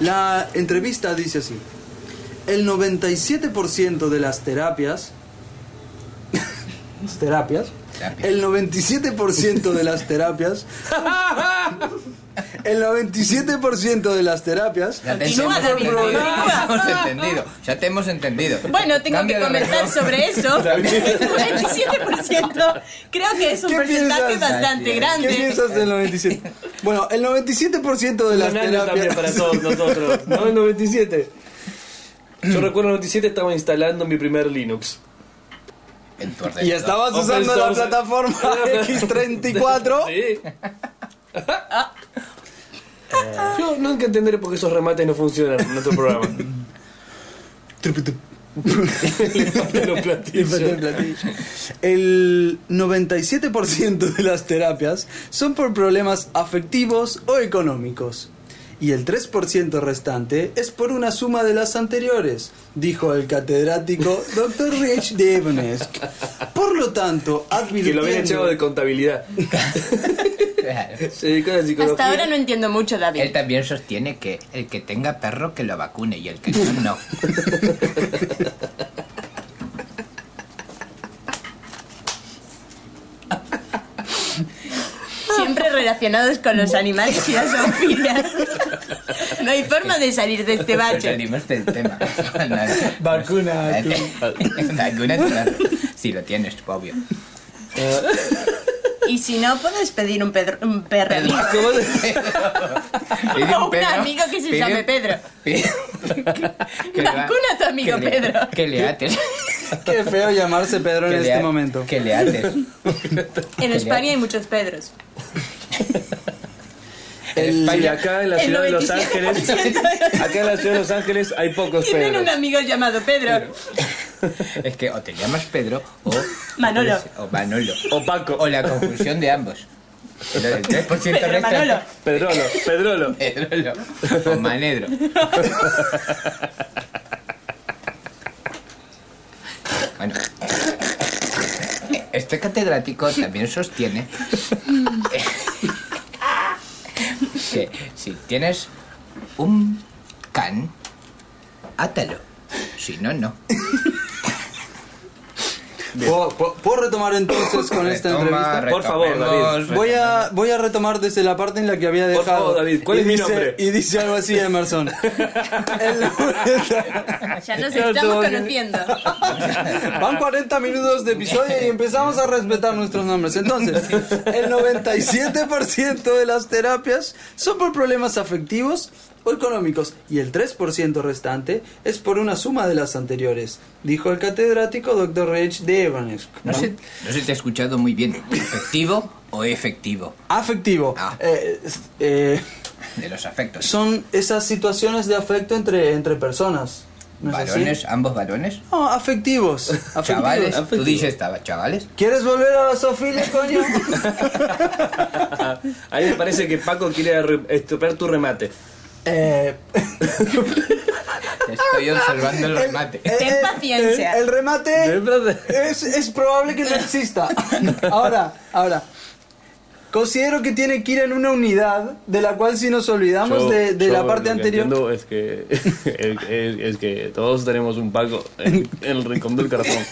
A: La entrevista dice así. El 97% de las terapias... terapias.
B: Terapias.
A: El 97% de las terapias... el 97% de las terapias...
B: Ya te
E: Continúa,
B: hemos
E: David,
B: entendido,
E: continúa.
B: ya te hemos entendido, ya te hemos entendido.
E: Bueno, tengo
B: Cambia
E: que
B: de
E: comentar
B: reloj.
E: sobre eso. El 97% creo que es un
A: ¿Qué
E: porcentaje
A: piensas?
E: bastante
A: ¿Qué
E: grande.
A: piensas del 97? Bueno, el 97% de las
C: Un año también
A: terapias...
C: para todos nosotros. No, el 97. Yo recuerdo el 97 estaba instalando mi primer Linux.
B: En tu ordenador.
A: Y estabas
C: Open
A: usando la
C: source.
A: plataforma X34.
C: Sí. Yo nunca entenderé por qué esos remates no funcionan en nuestro programa. Le faltan los
A: Y falta
C: platillos.
A: el platillo. El 97% de las terapias son por problemas afectivos o económicos. Y el 3% restante es por una suma de las anteriores, dijo el catedrático Dr. Rich Devonesk. Por lo tanto,
C: Que lo habían echado de
A: advirtiendo...
C: contabilidad.
B: Claro.
C: Se dedicó a la psicología.
D: Hasta ahora no entiendo mucho, David.
B: Él también sostiene que el que tenga perro que lo vacune y el que no, no.
E: Siempre relacionados con los animales y la zoofilia. No hay forma de salir de este
B: Pero
E: bache.
B: salimos del tema. No, no.
A: Vacuna a tu-
B: Vacuna a tu perro. Si lo tienes, obvio.
E: Y si no, puedes pedir un, pedro- un perro amigo.
C: ¿Cómo se-
B: Pide
E: O un amigo que se
B: pide-
E: llame Pedro.
B: pide- le va-
E: Vacuna a tu amigo
B: que le-
E: Pedro.
B: Que le ates.
A: Qué feo llamarse Pedro
B: Que
A: en
B: le
A: este
B: a-
A: momento.
B: Que le ates.
E: En España hay muchos Pedros.
A: El-
C: Y acá en la
E: El
C: ciudad de Los
E: 97%
C: Ángeles. Acá en la ciudad de Los Ángeles hay pocos
E: Tienen
C: Pedros.
E: un amigo llamado Pedro.
B: Es que o te llamas Pedro o.
E: Manolo.
B: O Manolo.
C: O Paco.
B: O la confusión de ambos. Lo del 3%
E: Pedro
B: restante.
E: Manolo.
C: Pedrolo, Pedrolo.
B: Pedrolo. O Manedro. Bueno. Este catedrático también sostiene que si tienes un can, átalo. Si no, no.
A: ¿Puedo, puedo- puedo retomar entonces con esta
B: Retoma,
A: entrevista?
C: Por favor,
B: retomemos,
C: David.
A: Voy a, voy a retomar desde la parte en la que había
C: Por
A: dejado.
C: favor, David, ¿cuál
A: Y
C: es mi
A: dice-
C: nombre?
A: Y dice algo así, Emerson. El 90
E: Ya nos
C: Claro, todo
E: estamos
C: bien.
E: conociendo.
A: Van 40 minutos de episodio y empezamos a respetar nuestros nombres. Entonces, el 97% de las terapias son por problemas afectivos o económicos y el 3% restante es por una suma de las anteriores, dijo el catedrático Dr. Rich Devanesk.
B: No sé, no sé, te he escuchado muy bien. ¿Efectivo o efectivo?
A: Afectivo.
B: Ah.
A: Eh, es- eh,
B: De los afectos.
A: son esas situaciones de afecto entre, entre personas. ¿no es así?
B: ¿Varones? ¿Ambos varones?
A: No, afectivos. afectivos.
B: ¿Chavales? Tú
A: Afectivos.
B: dices, estaba, ¿chavales?
A: ¿Quieres volver a la Sofía, coño?
C: A mí me parece que Paco quiere re- estropear tu remate.
A: Eh,
B: Estoy observando el remate.
E: Ten paciencia.
A: eh, El, el remate
C: Espérate.
A: es, es probable que no exista. Ahora, ahora. Considero que tiene que ir en una unidad de la cual si nos olvidamos
C: Yo-
A: de, de
C: yo
A: la parte
C: lo que
A: anterior.
C: entiendo es que es, es- es que todos tenemos un Paco en, en el rincón del corazón.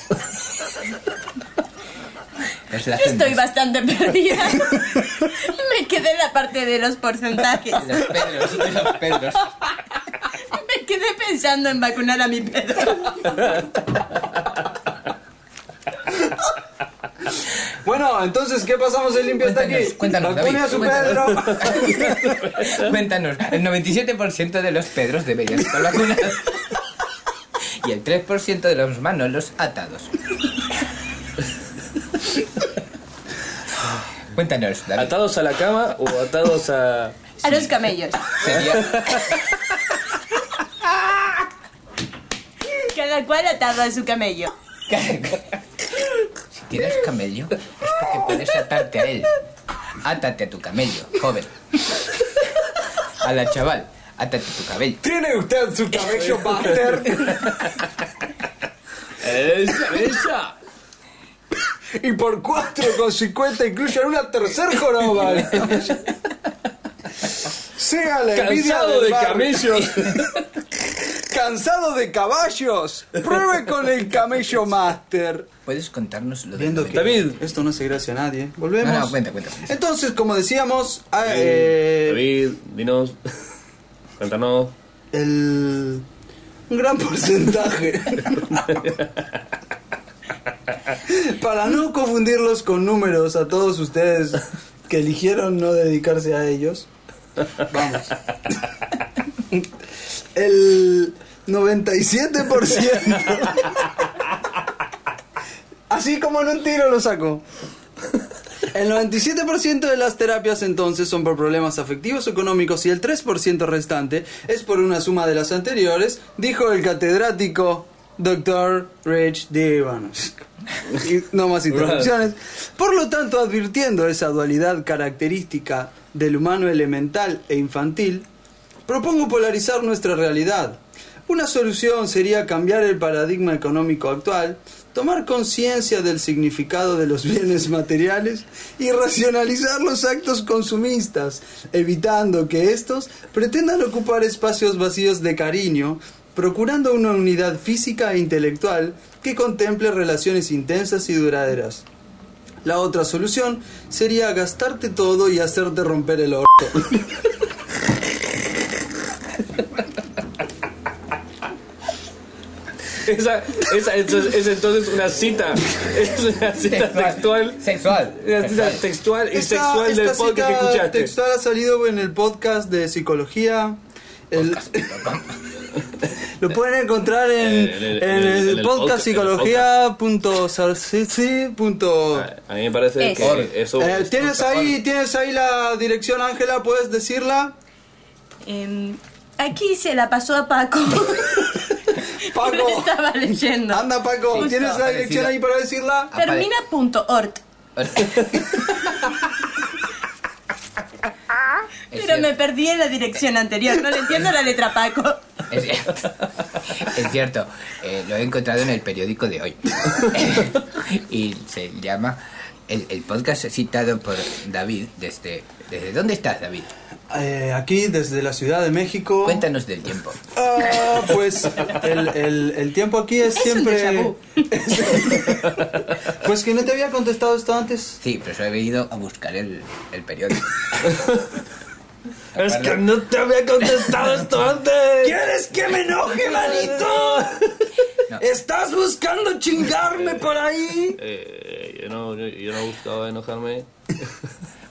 B: Es la
E: Estoy
B: gente.
E: bastante perdida. Me quedé en la parte de los porcentajes.
B: Los Pedros, los Pedros.
E: Me quedé pensando en vacunar a mi Pedro.
A: Bueno, entonces, ¿qué pasamos el limpio hasta aquí?
B: Cuéntanos, cuéntanos,
A: Vacune
B: David,
A: a su
B: cuéntanos.
A: Pedro.
B: Cuéntanos, el 97% de los Pedros deberían estar vacunados. Y el 3% de los Manolos atados. Cuéntanos, David.
C: ¿Atados a la cama o atados a.?
E: A los camellos.
B: Sería-
E: Cada cual atado a su camello.
B: Si tienes camello, es porque puedes atarte a él. Átate a tu camello, joven. A la chaval, átate tu cabello.
A: ¿Tiene usted su cabello baster?
C: ¡Esa, esa!
A: Y por 4,50 incluyen una tercer joroba. Sea la envidia
C: ¡Cansado
A: del
C: de
A: barrio.
C: camellos!
A: Cansado de caballos. Pruebe con el camello master.
B: ¿Puedes contarnos lo de
A: Viendo que
C: David.
A: esto no hace gracia a nadie. Volvemos.
B: No, no, cuenta, cuenta.
A: Entonces, como decíamos, ah, eh,
C: David, dinos. Cuéntanos.
A: el un gran porcentaje. Para no confundirlos con números a todos ustedes que eligieron no dedicarse a ellos. Vamos. El 97%. Así como en un tiro lo saco. El 97% de las terapias entonces son por problemas afectivos o económicos y el 3% restante es por una suma de las anteriores, dijo el catedrático Dr. Rich D. Ivanovich. Y no más interrupciones. Por lo tanto, advirtiendo esa dualidad característica del humano elemental e infantil, propongo polarizar nuestra realidad. Una solución sería cambiar el paradigma económico actual, tomar conciencia del significado de los bienes materiales y racionalizar los actos consumistas, evitando que estos pretendan ocupar espacios vacíos de cariño, procurando una unidad física e intelectual que contemple relaciones intensas y duraderas. La otra solución sería gastarte todo y hacerte romper el orto.
C: Esa, esa, es, es entonces una cita. Es una cita textual.
B: Sexual.
C: Una cita
B: Sexual.
C: textual y
A: Esta-
C: sexual del
A: esta
C: podcast que
A: cita
C: escuchaste.
A: textual ha salido en el podcast de psicología. El- lo pueden encontrar en,
C: Eh, En el- en el-
A: en
C: en
A: el
C: el
A: podcast
C: podcast, en el podcast.
A: psicología.sarcici.
C: A mí me parece
E: Es.
C: que eso. es
A: Eh, tienes
C: total.
A: ahí, tienes ahí la dirección, Ángela, puedes decirla.
E: Em, aquí se la pasó a Paco.
A: Paco.
E: Lo estaba leyendo.
A: Anda Paco,
B: Sí,
A: tienes
B: está
A: la dirección
B: parecido.
A: ahí para decirla.
E: Termina.ort.
B: Es
E: Pero me
B: cierto.
E: perdí en la dirección anterior. No le entiendo la letra Paco.
B: Es cierto, Es cierto. Eh, lo he encontrado en el periódico de hoy. y se llama. El, el podcast citado por David desde. ¿Desde dónde estás, David?
A: Eh, aquí desde la Ciudad de México.
B: Cuéntanos del tiempo.
A: Ah, pues el, el- el tiempo aquí es,
E: Es un déjà
A: siempre.
E: vu.
A: pues que no te había contestado esto antes.
B: Sí, pero yo he ido a buscar el, el periódico.
C: Es que no te había contestado esto antes.
A: ¿Quieres que me enoje, manito?
B: No.
A: ¿Estás buscando chingarme por ahí?
C: Eh, yo, no, yo, yo no buscaba enojarme.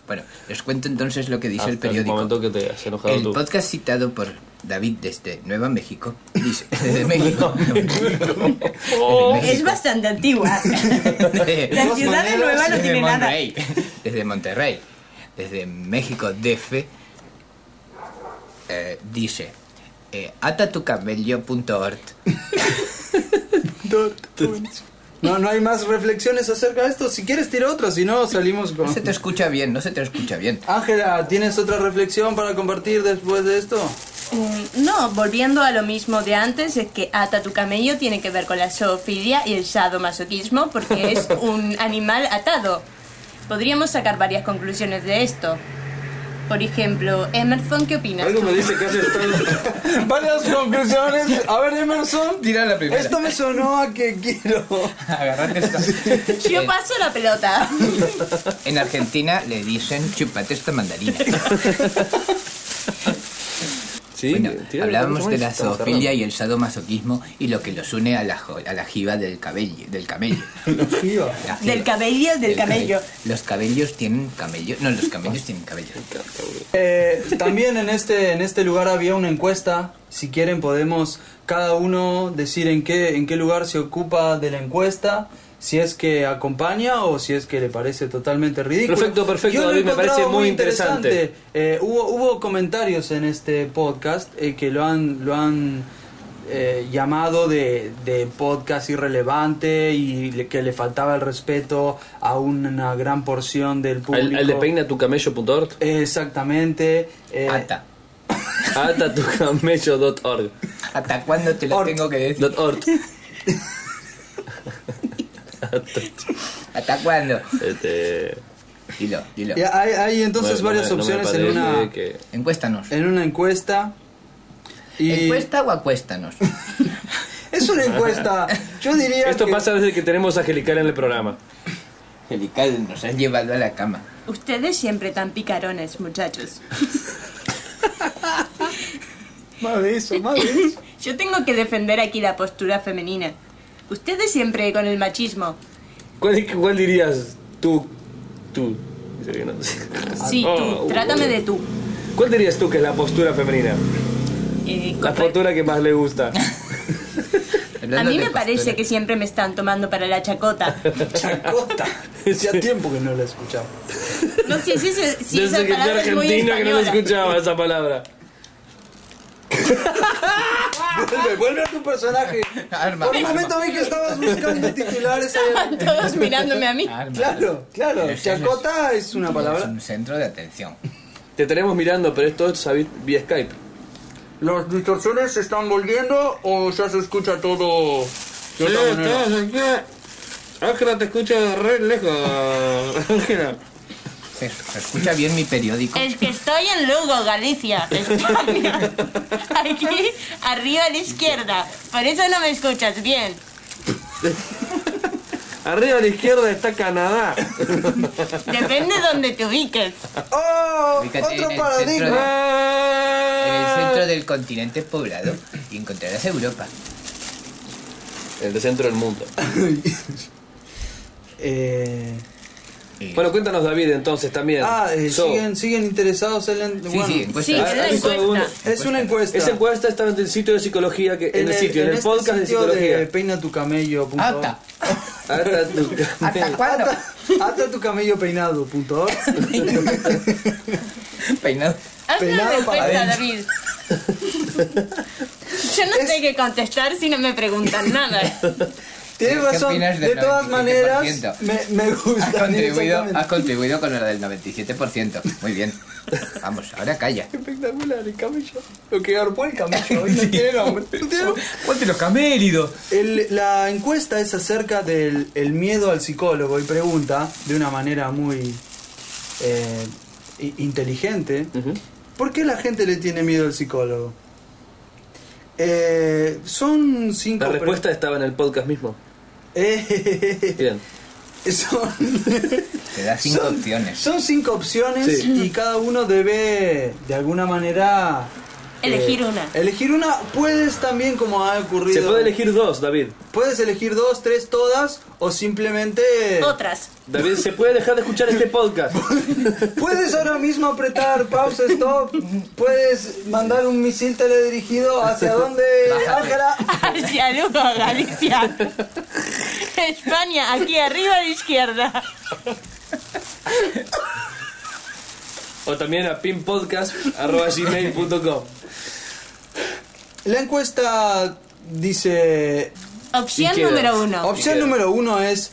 B: Bueno, les cuento entonces lo que dice
C: hasta
B: el
C: el
B: periódico.
C: momento que te has enojado
B: El
C: tú.
B: podcast citado por David desde Nueva México dice desde México.
E: Es
B: Desde
E: bastante antigua.
B: México.
E: La ciudad de Nueva no
B: Desde
E: tiene nada.
B: Monterrey. Desde Monterrey. Desde México DF. eh, dice eh, atatucabello.org
A: No, no hay más reflexiones acerca de esto. Si quieres, tira otra, si no, salimos con.
B: No se te escucha bien, no se te escucha bien.
A: Ángela, ¿tienes otra reflexión para compartir después de esto?
E: Mm, No, volviendo a lo mismo de antes, es que ata tu camello tiene que ver con la zoofilia y el sadomasoquismo porque es un animal atado. Podríamos sacar varias conclusiones de esto. Por ejemplo, Emerson, ¿qué opinas?
C: Algo
E: tú?
C: me dice que has estado.
A: Varias conclusiones. A ver, Emerson.
B: Tira la primera.
A: Esto me sonó a que quiero.
B: Agarrate esta.
E: Yo
B: Eh,
E: paso la pelota.
B: en Argentina le dicen chupate esta mandarina.
C: Sí,
B: Bueno,
C: tira la
B: hablábamos
C: cosa,
B: de la
C: estamos
B: zoofilia y el sadomasoquismo y lo que los une a la, jo- a la jiba del cabello. Del camello. La jiba.
E: Del cabello, del
B: Del
E: camello.
B: Los cabellos tienen camello. No, los camellos tienen cabello.
A: Eh, también en este, en este lugar había una encuesta. Si quieren podemos cada uno decir en qué, en qué lugar se ocupa de la encuesta. Si es que acompaña o si es que le parece totalmente ridículo.
C: Perfecto, perfecto,
A: Yo lo he
C: David, me
A: encontrado
C: parece muy interesante.
A: Eh, hubo, hubo comentarios en este podcast eh, que lo han, lo han eh, llamado de, de podcast irrelevante y le- que le faltaba el respeto a una gran porción del
C: cerrando.
A: público.
C: Al, al de peinatucamello.org.
A: Exactamente. eh,
B: Ata.
C: Atatucamello.org.
B: ¿Hasta cuándo te lo
A: Or-
B: tengo que decir?
C: Dot org.
B: ¿Hasta cuándo?
C: Este,
B: Dilo, dilo.
A: y hay, hay entonces
C: bueno,
A: varias
C: no me- no me
A: opciones en, una,
C: parece que-
B: Encuéstanos.
A: en una encuesta. Y
B: ¿Encuesta o acuéstanos?
A: Es una encuesta. Yo diría
C: Esto
A: que
C: pasa desde que tenemos a Angelical en el programa.
B: Angelical, nos has llevado a la cama.
E: Ustedes siempre tan picarones, muchachos.
A: Más de eso, más de eso.
E: Yo tengo que defender aquí la postura femenina. Ustedes siempre con el machismo.
C: ¿Cuál, cuál dirías tú? Tú. Dice que no.
E: Sí,
C: Oh,
E: tú, trátame de tú.
C: ¿Cuál dirías tú que es la postura femenina?
E: Eh,
C: La
E: corre-
C: postura que más le gusta.
E: A
B: Hablando
E: mí
B: de
E: me parece
B: postura.
E: que siempre me están tomando para la chacota.
A: Chacota. Hacía tiempo que no la escuchaba.
E: No sé si, si, si esa
C: Desde que fui
E: palabra es muy
C: argentino que no se
E: española.
C: escuchaba esa palabra.
A: Vuelve, vuelve a tu personaje.
B: Arma,
A: Por un
B: arma,
A: momento vi que estabas buscando titulares. ahí.
E: Estaban todos mirándome a mí.
B: arma.
A: Claro, claro.
B: Pero eso es-
A: Chacota es una
B: Es
A: palabra.
B: un centro de atención.
C: Te tenemos mirando, pero esto es David, vía Skype.
A: ¿Las distorsiones se están volviendo o ya se escucha todo de otra manera?
C: Ángela, te escucha re lejos. Ángela.
B: ¿Se, se escucha bien mi periódico?
D: Es que estoy en Lugo, Galicia, España. Aquí, arriba a la izquierda. Por eso no me escuchas bien.
C: Arriba a la izquierda está Canadá.
D: Depende donde te ubiques.
A: ¡Oh!
B: Ubícate en
A: Otro
B: el
A: paradigma.
B: centro de- En el centro del continente poblado y encontrarás Europa.
C: El centro del mundo.
A: Eh,
B: Y-
C: Bueno, cuéntanos, David, entonces también.
A: ah, eh,
C: So,
A: siguen, siguen interesados en la en-
B: sí,
A: bueno,
B: sí, encuesta.
E: Sí,
C: Ah,
E: es la
C: ahí está uno.
E: encuesta.
A: Es una encuesta.
C: Esa encuesta está en el sitio de psicología, que, en, el sitio, en, el
A: este
C: podcast de
A: sitio
C: psicología. Ah,
A: de peinatucamello.org.
B: ¡Ata!
C: Hasta tu
B: ¿Hasta cuándo?
A: Atatucamellopeinado.org.
B: Peinado.
D: Haz una
A: Pelado para
D: respuesta,
A: adentro.
D: David. Yo no sé qué contestar si no me preguntan nada.
A: Tienes
B: ¿Qué- qué
A: razón.
B: opinas
A: De
B: del
A: todas
B: 97%?
A: maneras, me, me
B: Has
A: gusta.
B: contribuido,
A: exactamente.
B: has contribuido con lo del 97%. Muy bien. Vamos, ahora calla.
A: Espectacular, el camello. Lo que garpó el camello. hoy no tiene nombre. No tiene nombre.
B: ¡Ponte los caméridos!
A: El- la encuesta es acerca del el miedo al psicólogo y pregunta de una manera muy eh, i- inteligente, ¿por qué la gente le tiene miedo al psicólogo? Eh, son cinco...
C: La
A: pre-
C: respuesta estaba en el podcast mismo.
A: Eh,
C: Bien.
A: son,
B: Te da cinco
A: son-
B: opciones.
A: Son cinco opciones
C: Sí.
A: y cada uno debe, de alguna manera...
D: Elegir una.
A: Eh, Elegir una, puedes también, como ha ocurrido...
C: Se puede elegir dos, David.
A: Puedes elegir dos, tres, todas o simplemente...
D: Otras.
C: David, se puede dejar de escuchar este podcast.
A: Puedes ahora mismo apretar pause, stop. Puedes mandar un misil teledirigido hacia dónde, Ángela.
D: Hacia Lugo, Galicia. España, aquí arriba a la izquierda.
C: O también a pinpodcast.gmail.com
A: La encuesta dice...
D: Opción
C: ¿Y qué?
D: número uno.
A: Opción número uno es...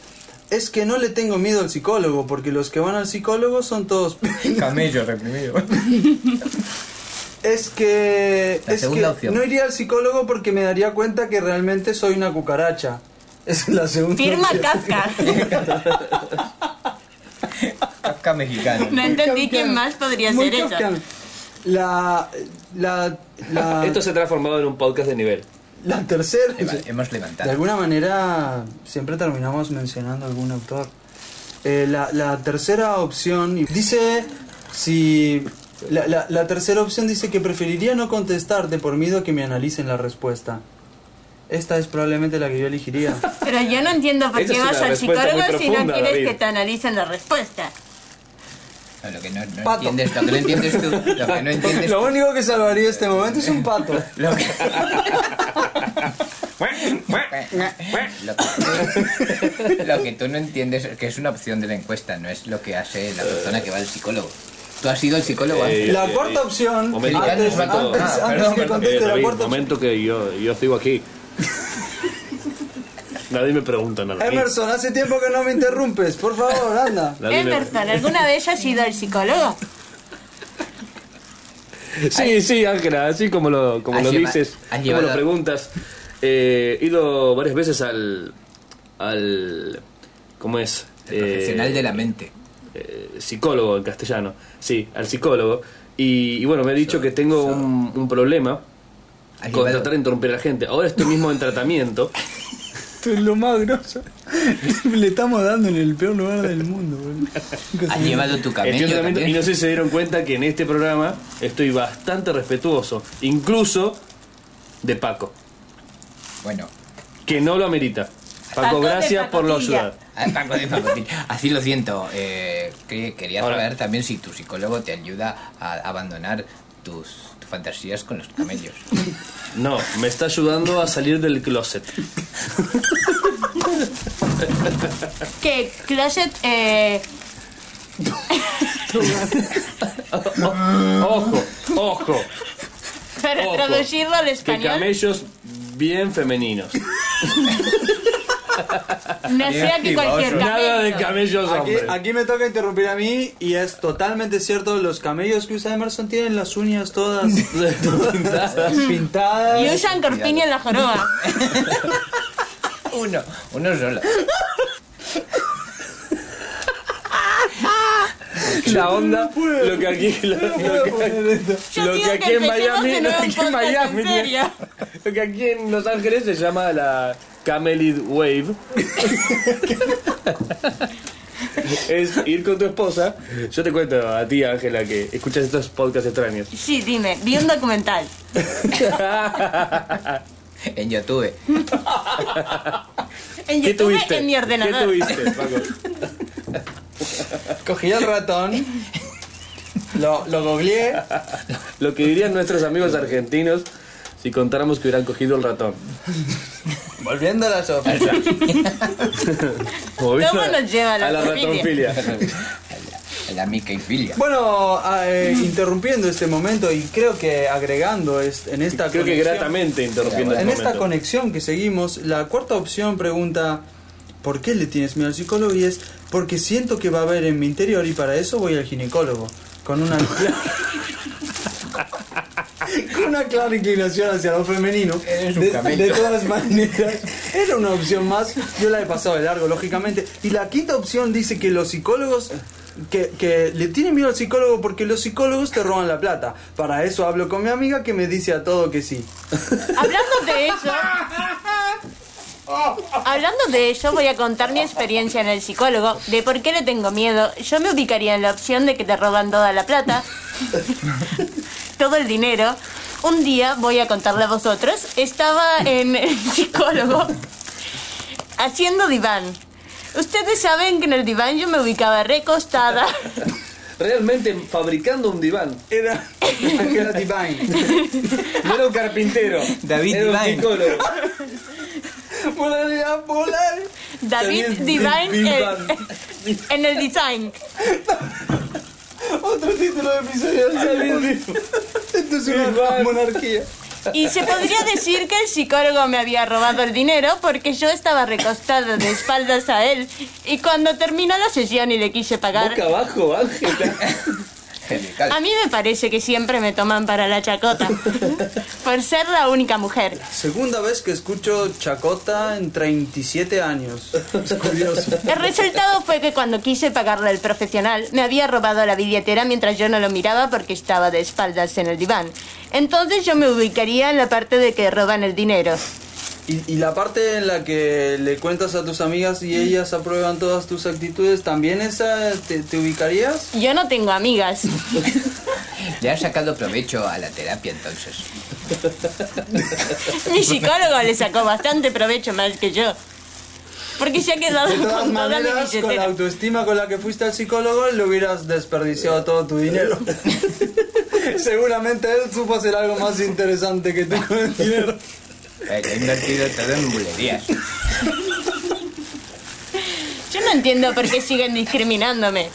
A: Es que no le tengo miedo al psicólogo, porque los que van al psicólogo son todos...
B: Camello reprimido.
A: Es que,
B: La
A: es que
B: segunda opción.
A: no iría al psicólogo porque me daría cuenta que realmente soy una cucaracha. Es la segunda
D: Firma
A: opción.
D: Kafka.
B: Kafka mexicano.
D: No entendí
A: Kafkiano.
D: quién más podría
A: Muy
D: ser ella.
A: kafkiano. La, la, la,
C: Esto se ha transformado en un podcast de nivel.
A: la tercera.
B: Leva- Hemos
A: De
B: levantado.
A: alguna manera, siempre terminamos mencionando algún autor. Eh, la, la tercera opción y- dice si. La, la- la tercera opción dice que preferiría no contestarte por miedo a que me analicen la respuesta. Esta es probablemente la que yo elegiría.
D: Pero yo no entiendo por
C: Esa
D: qué
C: es
D: vas
C: una
D: al
C: respuesta muy
D: psicólogo si no
C: profunda,
D: quieres
C: David.
D: que te analicen la respuesta.
B: No, lo que no, no
A: Pato.
B: entiendes, lo que no entiendes tú, lo que no entiendes
A: Lo único que salvaría este momento es un pato.
B: Lo que, lo, que, lo que tú no entiendes es que es una opción de la encuesta, no es lo que hace la persona que va al psicólogo. Tú has ido al psicólogo antes.
A: La
C: eh,
A: cuarta
C: eh,
A: opción,
C: momento,
A: antes,
B: momento.
A: antes-
B: Ah,
A: antes
B: perdón,
A: que
B: perdón.
A: conteste
C: Eh,
A: la
C: David,
A: cuarta opción,
C: momento que yo, yo sigo aquí. Nadie me pregunta nada. a mí.
A: Emerson, hace tiempo que no me interrumpes, por favor, anda.
C: Nadie me-
D: Emerson, ¿alguna vez has ido al psicólogo?
C: Sí, sí, Ángela, así como lo, como
B: Has
C: lo
B: lleva-
C: dices,
B: has
C: como lo
B: llevado-
C: preguntas. Eh, he ido varias veces al. al ¿Cómo es?
B: El profesional
C: Eh,
B: de la mente.
C: eh, psicólogo en castellano, sí, al psicólogo. Y, y bueno, me ha dicho que tengo un, un problema
B: Has
C: con
B: llevado-
C: tratar de interrumpir a la gente. Ahora estoy mismo en tratamiento.
A: Esto es lo más grosso. Le estamos dando en el peor lugar del mundo,
B: Has llevado tu
C: Estoy en
B: camello
C: tratamiento y
B: también.
C: no sé si se dieron cuenta que en este programa estoy bastante respetuoso, incluso de Paco,
B: Bueno,
C: que no lo amerita. Paco,
D: Paco de
C: gracias por la
D: Pacotilla.
C: ayuda.
B: Ah, Paco de Pacotín. Así lo siento. eh, que- quería
C: Ahora-
B: saber también si tu psicólogo te ayuda a abandonar tus, tus fantasías con los camellos.
C: No, me está ayudando a salir del closet.
D: Que Closet, eh,
C: Ojo, ojo,
D: para
C: Ojo,
D: traducirlo al
C: que
D: español,
C: camellos bien femeninos.
D: no sea que cualquier
C: Nada de
D: camello.
C: camellos
A: Aquí,
C: hombres.
A: aquí me toca interrumpir a mí y es totalmente cierto, los camellos que usa Emerson tienen las uñas todas, todas pintadas.
D: Y usan corpiño en la joroba.
B: Uno, uno solo.
C: La onda, lo que aquí, lo, lo que,
D: Yo
C: lo que
D: digo
C: aquí en
D: empecemos
C: Miami,
D: de
C: lo
D: nuevo
C: que
D: un
C: aquí en
D: podcast,
C: Miami,
D: en serio.
C: lo que aquí en Los Ángeles se llama la Camelid Wave. es ir con tu esposa. Yo te cuento a ti, Ángela, que escuchas estos podcasts extraños.
D: Sí, dime, vi un documental.
B: En YouTube.
D: En
C: ¿Qué
D: YouTube,
C: tuviste?
D: en mi
C: ¿Qué
D: ordenador.
C: tuviste, Paco?
A: Cogí el ratón, lo, lo googleé,
C: Lo que dirían nuestros amigos argentinos si contáramos que hubieran cogido el ratón.
A: volviendo a la sofá.
C: Como viste,
D: nos lleva la
C: a la
D: ratonfilia?
C: ratonfilia?
B: La mica y filia.
A: Bueno, ah, eh, interrumpiendo este momento y creo que agregando es- en esta
C: Creo que
A: conexión-
C: gratamente interrumpiendo
A: En
C: este
A: esta
C: momento.
A: conexión que seguimos, la cuarta opción pregunta, ¿por qué le tienes miedo al psicólogo? Y es, porque siento que va a haber en mi interior y para eso voy al ginecólogo. Con una, cla- con una clara inclinación hacia lo femenino.
B: Eres un
A: de,
B: camello.
A: de todas maneras, era una opción más. Yo la he pasado de largo, lógicamente. Y la quinta opción dice que los psicólogos... Que, que le tienen miedo al psicólogo porque los psicólogos te roban la plata. Para eso hablo con mi amiga que me dice a todo que sí.
D: Hablando de eso. Hablando de eso, voy a contar mi experiencia en el psicólogo, de por qué le tengo miedo. Yo me ubicaría en la opción de que te roban toda la plata, todo el dinero. Un día, voy a contarle a vosotros, estaba en el psicólogo haciendo diván. Ustedes saben que en el diván yo me ubicaba recostada.
C: Realmente fabricando un diván.
A: Era Angela Divine.
C: No era un carpintero.
B: David
C: era un
B: Divine.
C: psicólogo.
A: Volar, era volar.
D: David
A: También
D: Divine
A: Big
D: en,
A: Bang.
D: en el design.
A: Otro título de episodio de David. Esto es una
C: Divine.
A: monarquía.
D: Y se podría decir que el psicólogo me había robado el dinero porque yo estaba recostada de espaldas a él. Y cuando terminó la sesión y le quise pagar,
C: Boca abajo, Ángela.
B: Angelical.
D: A mí me parece que siempre me toman para la chacota. por ser la única mujer.
A: Segunda vez que escucho Chacota en 37 años. Es curioso.
D: El resultado fue que cuando quise pagarle al profesional, me había robado la billetera mientras yo no lo miraba porque estaba de espaldas en el diván. Entonces yo me ubicaría en la parte de que roban el dinero.
A: Y, y la parte en la que le cuentas a tus amigas y ellas aprueban todas tus actitudes, ¿también esa te, te ubicarías?
D: Yo no tengo amigas.
B: Le has sacado provecho a la terapia entonces.
D: Mi psicólogo le sacó bastante provecho más que yo. Porque se ha quedado
A: De todas
D: con toda mi
A: maneras, con la
D: billetera.
A: autoestima con la que fuiste al psicólogo, le hubieras desperdiciado todo tu dinero. Seguramente él supo hacer algo más interesante que tú con el dinero.
B: Eh, He invertido todo en bulerías.
D: Yo no entiendo por qué siguen discriminándome.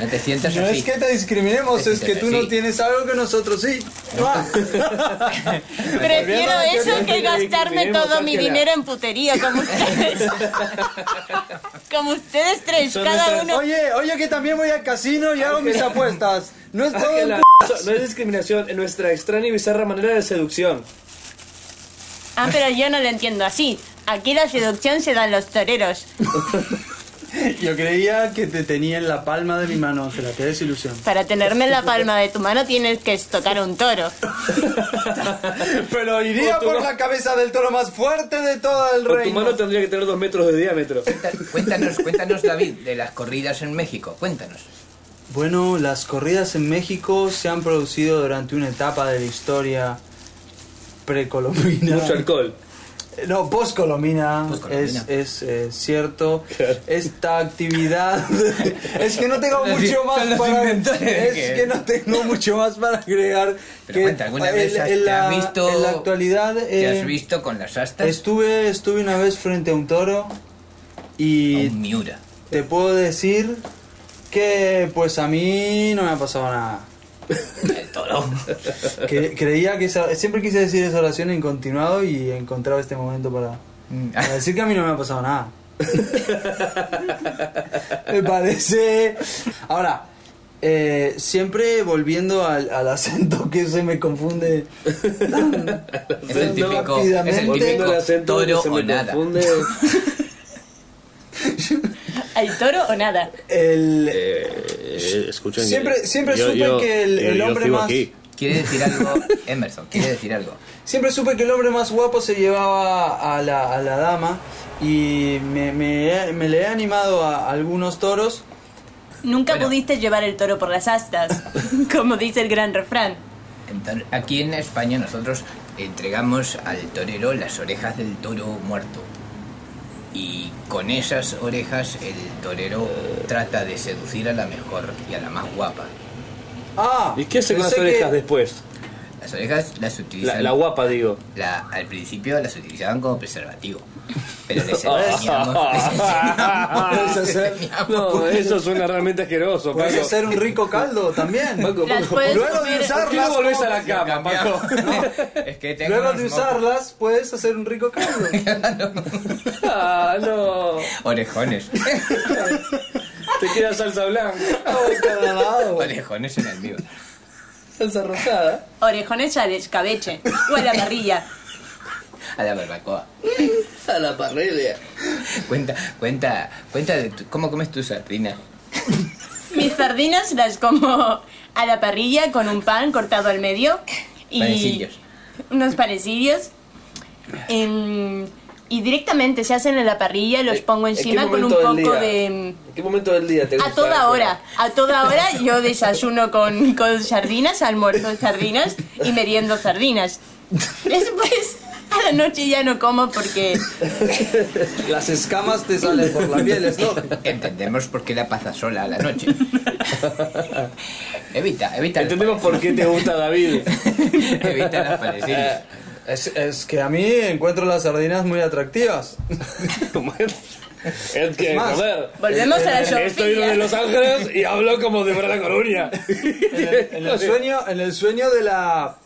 B: No te sientas
A: No
B: así.
A: es que te discriminemos, es que tú no
B: Sí.
A: tienes algo que nosotros sí. Ah.
D: Prefiero
A: Volviendo a
D: eso
A: que
D: que gastarme
C: discriminemos,
D: todo mi
C: Ángela.
D: dinero en putería como ustedes. como ustedes tres, cada uno.
A: Oye, oye, que también voy al casino y hago mis apuestas. No es todo en
C: Ángela, no es discriminación, es nuestra extraña y bizarra manera de seducción.
D: Ah, pero yo no lo entiendo así. Aquí la seducción se dan los toreros.
A: Yo creía que te tenía en la palma de mi mano, Ángela. Qué desilusión.
D: Para tenerme en la palma de tu mano tienes que tocar un toro.
A: Pero iría
C: O tu
A: por
C: ma-
A: la cabeza del toro más fuerte de todo el
C: Con tu mano
A: reino.
C: tendría que tener dos metros de diámetro.
B: Cuéntanos, cuéntanos, David, de las corridas en México. Cuéntanos.
A: Bueno, las corridas en México se han producido durante una etapa de la historia precolombina. Eh,
C: Mucho alcohol.
A: No, poscolomina,
B: Poscolomina.
A: es, es eh, cierto.
C: Claro.
A: Esta actividad. es que no tengo
B: Son los-
A: mucho
B: son
A: más
B: los
A: para.
B: inventores de
A: Es
B: que-
A: que no tengo mucho más para agregar.
B: Pero
A: que
B: cuenta, ¿alguna vez
A: en-
B: has-
A: en
B: te has
A: la-
B: visto-
A: En la actualidad.
B: ¿Te
A: eh,
B: has visto con las astas?
A: Estuve, estuve una vez frente a un toro y
B: Un miura.
A: te puedo decir que pues a mí no me ha pasado nada.
B: El toro.
A: Que- creía que esa- siempre quise decir esa oración en continuado y encontraba este momento para,
B: Mm.
A: para decir que a mí no me ha pasado nada. me parece. Ahora, eh, siempre volviendo al, al acento que se me confunde.
B: Es el típico, es el
A: Rápidamente.
B: típico
C: Volviendo al acento
B: toro
C: se
B: o
C: me
B: nada.
C: confunde.
D: ¿Al toro o nada?
A: El,
F: Eh, escuchen que-
A: Siempre- siempre supe que el- el hombre
F: sigo
A: más-
F: aquí.
B: Quiere decir algo, Emerson, quiere decir algo.
A: Siempre supe que el hombre más guapo se llevaba a la, a la dama y me, me he- me le he animado a algunos toros.
E: Nunca
B: Bueno.
E: pudiste llevar el toro por las astas, como dice el gran refrán.
B: Entonces, aquí en España nosotros entregamos al torero las orejas del toro muerto. Y con esas orejas el torero trata de seducir a la mejor y a la más guapa.
A: Ah,
C: ¿Y qué hace con las
A: pensé
C: orejas
A: que-
C: después?
B: Las orejas las
C: La,
B: utilizan...
C: la guapa, digo.
B: la- al principio las utilizaban como preservativo. Pero les enseñamos... les enseñamos-
A: Puedes
B: les
A: hacer-
B: enseñamos-
C: No, eso suena realmente asqueroso,
A: Puedes
C: Paco.
A: hacer un rico caldo también.
C: Paco,
E: Las
C: Paco,
E: puedes
A: Luego de
E: comer-
A: usar-
C: ¿Por qué no volvés a la cama, Paco?
B: Cambiamos. es que tengo
A: Luego
B: unos
A: de
B: mocos.
A: usarlas, puedes hacer un rico caldo.
C: Ah, no.
B: Orejones.
C: Te queda salsa blanca,
A: Ay, caralado.
B: Orejones en el mío.
C: salsa rosada.
E: Orejones al escabeche o a la parrilla.
B: A la barbacoa.
C: A la parrilla.
B: Cuenta, cuenta, cuenta de tu- cómo comes tu sardina.
E: Mis sardinas las como a la parrilla con un pan cortado al medio y
B: Panecillos.
E: unos panecillos. Em, y directamente se hacen a la parrilla, los pongo
C: Eh, ¿En qué
E: encima con un
C: momento
E: poco
C: del día?
E: de... em,
C: ¿En qué momento del día te gusta?
E: A toda
C: Ángela?
E: hora, a toda hora yo desayuno con, con sardinas, almuerzo sardinas y meriendo sardinas. Después a la noche ya no como porque
A: Las escamas te salen por la piel, es lógico.
B: Entendemos por qué la pasa sola a la noche. Evita, evita. los
C: Entendemos por qué te gusta David.
B: panecillos. Evita las panecillos.
A: Es, es que a mí encuentro las sardinas muy atractivas.
C: es que,
A: más,
C: joder.
E: volvemos a la
C: Estoy
D: ¿eh?
C: de
E: zoofilia.
C: Los Ángeles y hablo como de Brada Coruña.
A: En el, en el sueño, en el sueño de la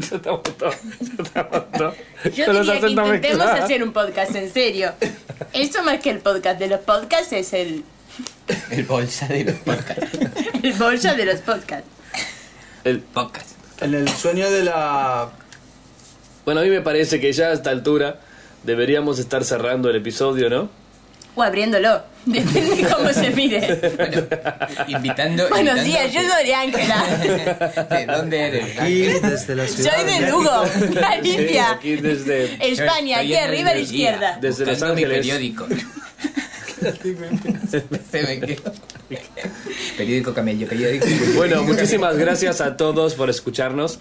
C: Se te agotó, se te agotó.
E: Yo
C: Con los
E: diría que
C: acentos
E: intentemos
C: mezclados.
E: hacer un podcast en serio. Esto más que el podcast de los podcasts es el,
B: El bolsa de los podcasts.
E: el bolso de los podcasts.
G: El,
B: Podcast.
A: En el sueño de la...
C: Bueno, a mí me parece que ya a esta altura deberíamos estar cerrando el episodio, ¿no?
D: O abriéndolo. Depende cómo se mire.
B: Bueno, invitando.
D: Buenos
B: invitando-
D: días, yo soy Ángela.
B: ¿De dónde eres?
A: Aquí, desde la ciudad
D: Soy de Lugo,
C: Sí,
D: Galicia,
C: aquí desde,
D: España, aquí arriba a la izquierda.
C: Desde Los
B: Buscando mi
C: Ángeles.
B: periódico. Se me quedó. periódico camello, periódico.
C: Bueno, muchísimas gracias a todos por escucharnos.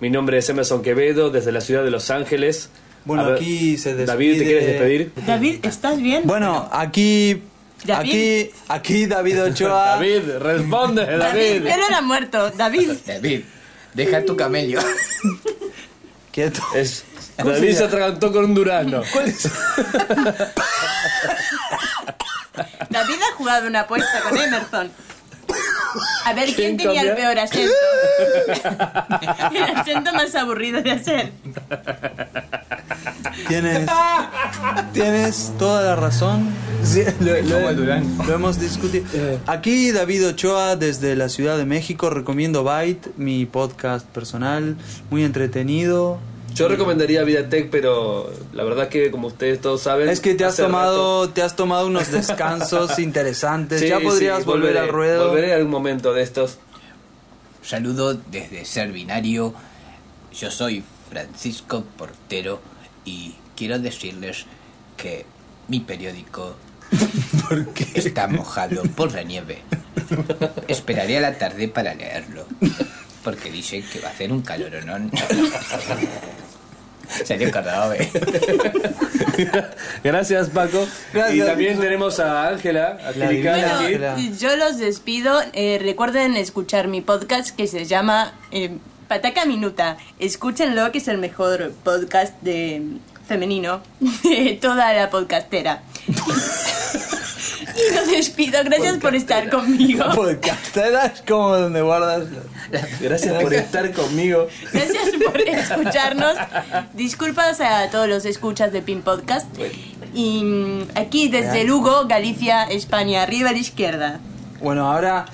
C: Mi nombre es Emerson Quevedo, desde la ciudad de Los Ángeles.
A: Bueno,
C: A ver,
A: aquí se despide...
C: David, ¿te quieres despedir?
D: David, ¿estás bien?
A: Bueno, aquí...
D: David.
A: Aquí, aquí David Ochoa.
C: David, responde, David.
D: Yo no era muerto, David.
B: David, deja tu camello.
A: Quieto.
C: Es, David se atragantó con un durazno.
D: David ha jugado una apuesta con Emerson. A ver
C: ¿Quién
D: quién, tenía el
C: cambia?
D: peor acento. el acento más aburrido de hacer.
A: Tienes, tienes toda la razón. Sí, lo, lo-
B: Como Durán.
A: lo hemos discutido.
C: Eh.
A: Aquí David Ochoa desde la Ciudad de México. Recomiendo Byte, mi podcast personal, muy entretenido.
C: Yo recomendaría Vidatech, pero la verdad que como ustedes todos saben...
A: Es que te has
C: hace rato-
A: tomado, te has tomado unos descansos interesantes.
C: Sí,
A: ya
C: sí,
A: podrías volver
C: volveré,
A: al ruedo.
C: Volveré algún momento de estos.
B: Saludo desde Ser Binario. Yo soy Francisco Portero y quiero decirles que mi periódico está mojado por la nieve. Esperaré a la tarde para leerlo, porque dice que va a hacer un calorón. Salió cargado, eh.
C: Gracias, Paco.
A: Gracias.
C: Y también tenemos a Ángela, Angelical
A: divina
C: aquí.
A: Ángela.
D: Yo los despido. Eh, recuerden escuchar mi podcast que se llama eh, Pataca Minuta. Escúchenlo, que es el mejor podcast de femenino de toda la podcastera. y los despido. Gracias por estar conmigo.
A: Podcastera es como donde guardas.
C: Gracias por estar conmigo.
D: Gracias por escucharnos. Disculpas a todos los escuchas de Pin Podcast. Y mm, aquí desde Lugo, Galicia, España, arriba a la izquierda.
A: Bueno, ahora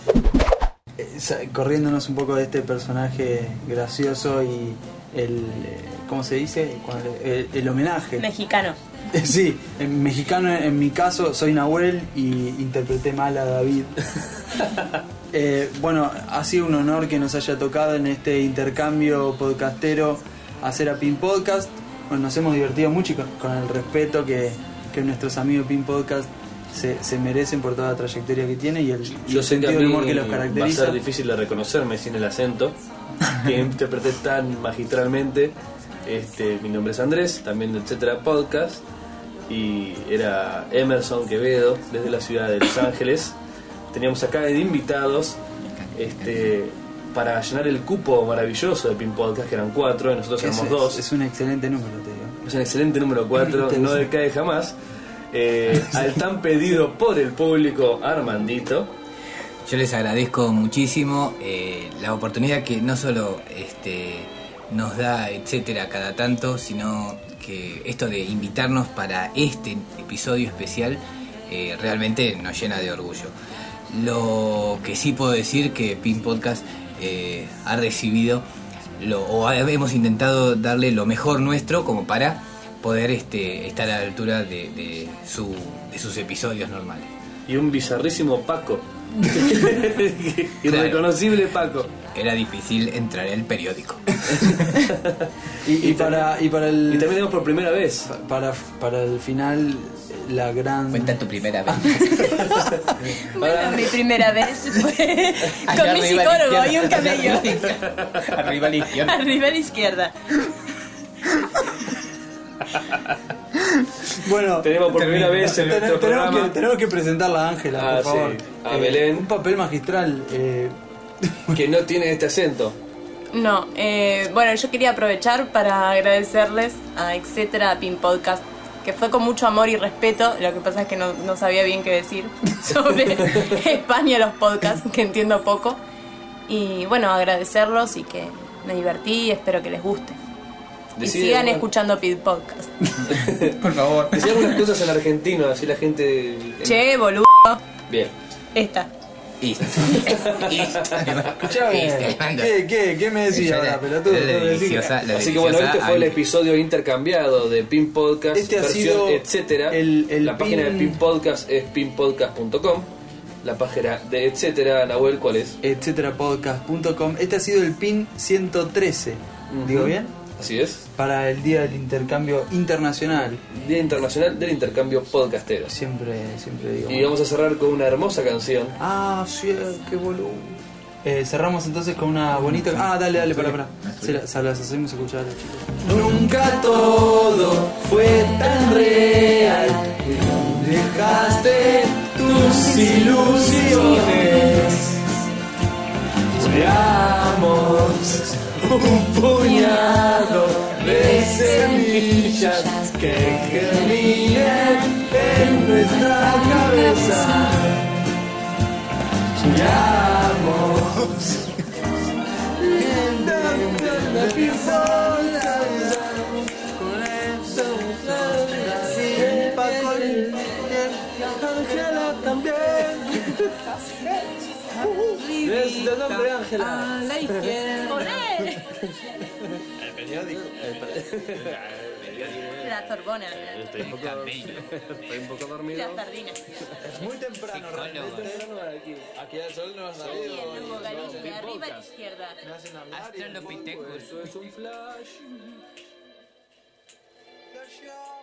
A: eh, sa- corriéndonos un poco de este personaje gracioso y el eh, ¿cómo se dice? Cuando- El, el homenaje.
D: Mexicano.
A: Sí, en mexicano en mi caso soy Nahuel y interpreté mal a David. Eh, bueno, ha sido un honor que nos haya tocado en este intercambio podcastero hacer a Pin Podcast. Bueno, nos hemos divertido mucho y con, con el respeto que, que nuestros amigos Pin Podcast se, se merecen por toda la trayectoria que tiene y el, y el sentido del humor que los
C: va a
A: caracteriza.
C: ser difícil de reconocerme sin el acento que interpreté tan magistralmente. Este, mi nombre es Andrés, también de Etcétera Podcast. Y era Emerson Quevedo, desde la ciudad de Los Ángeles. Teníamos acá de invitados este, para llenar el cupo maravilloso de Pin Podcast, que eran cuatro, y nosotros
A: es,
C: éramos dos.
A: es un excelente número, te digo.
C: Es un excelente número 4, no decae jamás. Eh, al tan pedido por el público Armandito.
B: Yo les agradezco muchísimo eh, la oportunidad que no solo este, nos da, etcétera, cada tanto, sino que esto de invitarnos para este episodio especial eh, realmente nos llena de orgullo. Lo que sí puedo decir que Pin Podcast eh, ha recibido lo- o ha- hemos intentado darle lo mejor nuestro como para poder este, estar a la altura de, de su- de sus episodios normales.
C: y un bizarrísimo Paco.
B: Claro.
C: Irreconocible Paco.
B: Era difícil entrar en el periódico.
A: Y, y para, y para el
C: Y también tenemos por primera vez.
A: para, para el final la gran
B: Cuenta tu primera vez.
D: Bueno, mi primera vez fue con mi
B: Ah. arriba a la
D: psicólogo
B: izquierda.
D: y un camello.
B: Arriba a la izquierda.
D: Arriba a la izquierda.
A: Bueno,
C: Tenemos por primera vez en
A: Ten-
C: nuestro
A: tenemos, que,
C: programa.
A: tenemos que presentarla a Ángela,
C: Ah,
A: por favor. Eh,
C: sí, a Belén.
A: Un papel magistral. eh,
C: Que no tiene este acento.
D: No, eh, bueno, yo quería aprovechar para agradecerles a etcétera a Pin Podcast, que fue con mucho amor y respeto. Lo que pasa es que no, no sabía bien qué decir sobre España y los podcasts, que entiendo poco. Y bueno, agradecerlos y que me divertí y espero que les guste.
C: Decide
D: y sigan
C: alguna-
D: escuchando Pin Podcast.
B: Por favor.
C: Decía algunas cosas en argentino, así la gente.
D: Che, boludo,
C: eh, Bien.
D: esta.
B: East. East. East.
A: ¿Qué, qué, qué me decís
B: Esa
A: ahora,
B: era-
A: pelotudo?
B: era
A: ¿Qué me decís?
B: deliciosa, la
C: Así que bueno,
B: deliciosa
C: este fue el
B: Ani.
C: episodio intercambiado de Pin Podcast,
A: Este ha
C: versión
A: sido
C: etcétera.
A: el- el
C: la página de
A: Pin-
C: Pin Podcast es pinpodcast.com. La página de etcétera, Nahuel, ¿cuál es?
A: etcéterapodcast.com. Este ha sido el pin 113, ¿digo bien?
C: Así es.
A: Para el Día del Intercambio Internacional.
C: Día Internacional del Intercambio Podcastero.
A: Siempre, siempre digo.
C: Y vamos a cerrar con una hermosa canción.
A: Ah, sí, qué boludo. Eh, cerramos entonces con una bonita. Ah, dale, dale, para, para. Se, la- se las hacemos escuchar a los chicos. Nunca todo fue tan real. Dejaste tus ilusiones. Miramos un puñado de semillas que gemían en nuestra cabeza.
D: La Sorbona.
C: Estoy un poco, estoy un poco dormido.
D: La sardina.
C: Aquí el sol no ha
D: Y el nuevo Galicia, arriba a la izquierda.
B: Australopithecus.
C: Eso es un flash.
A: Gracias.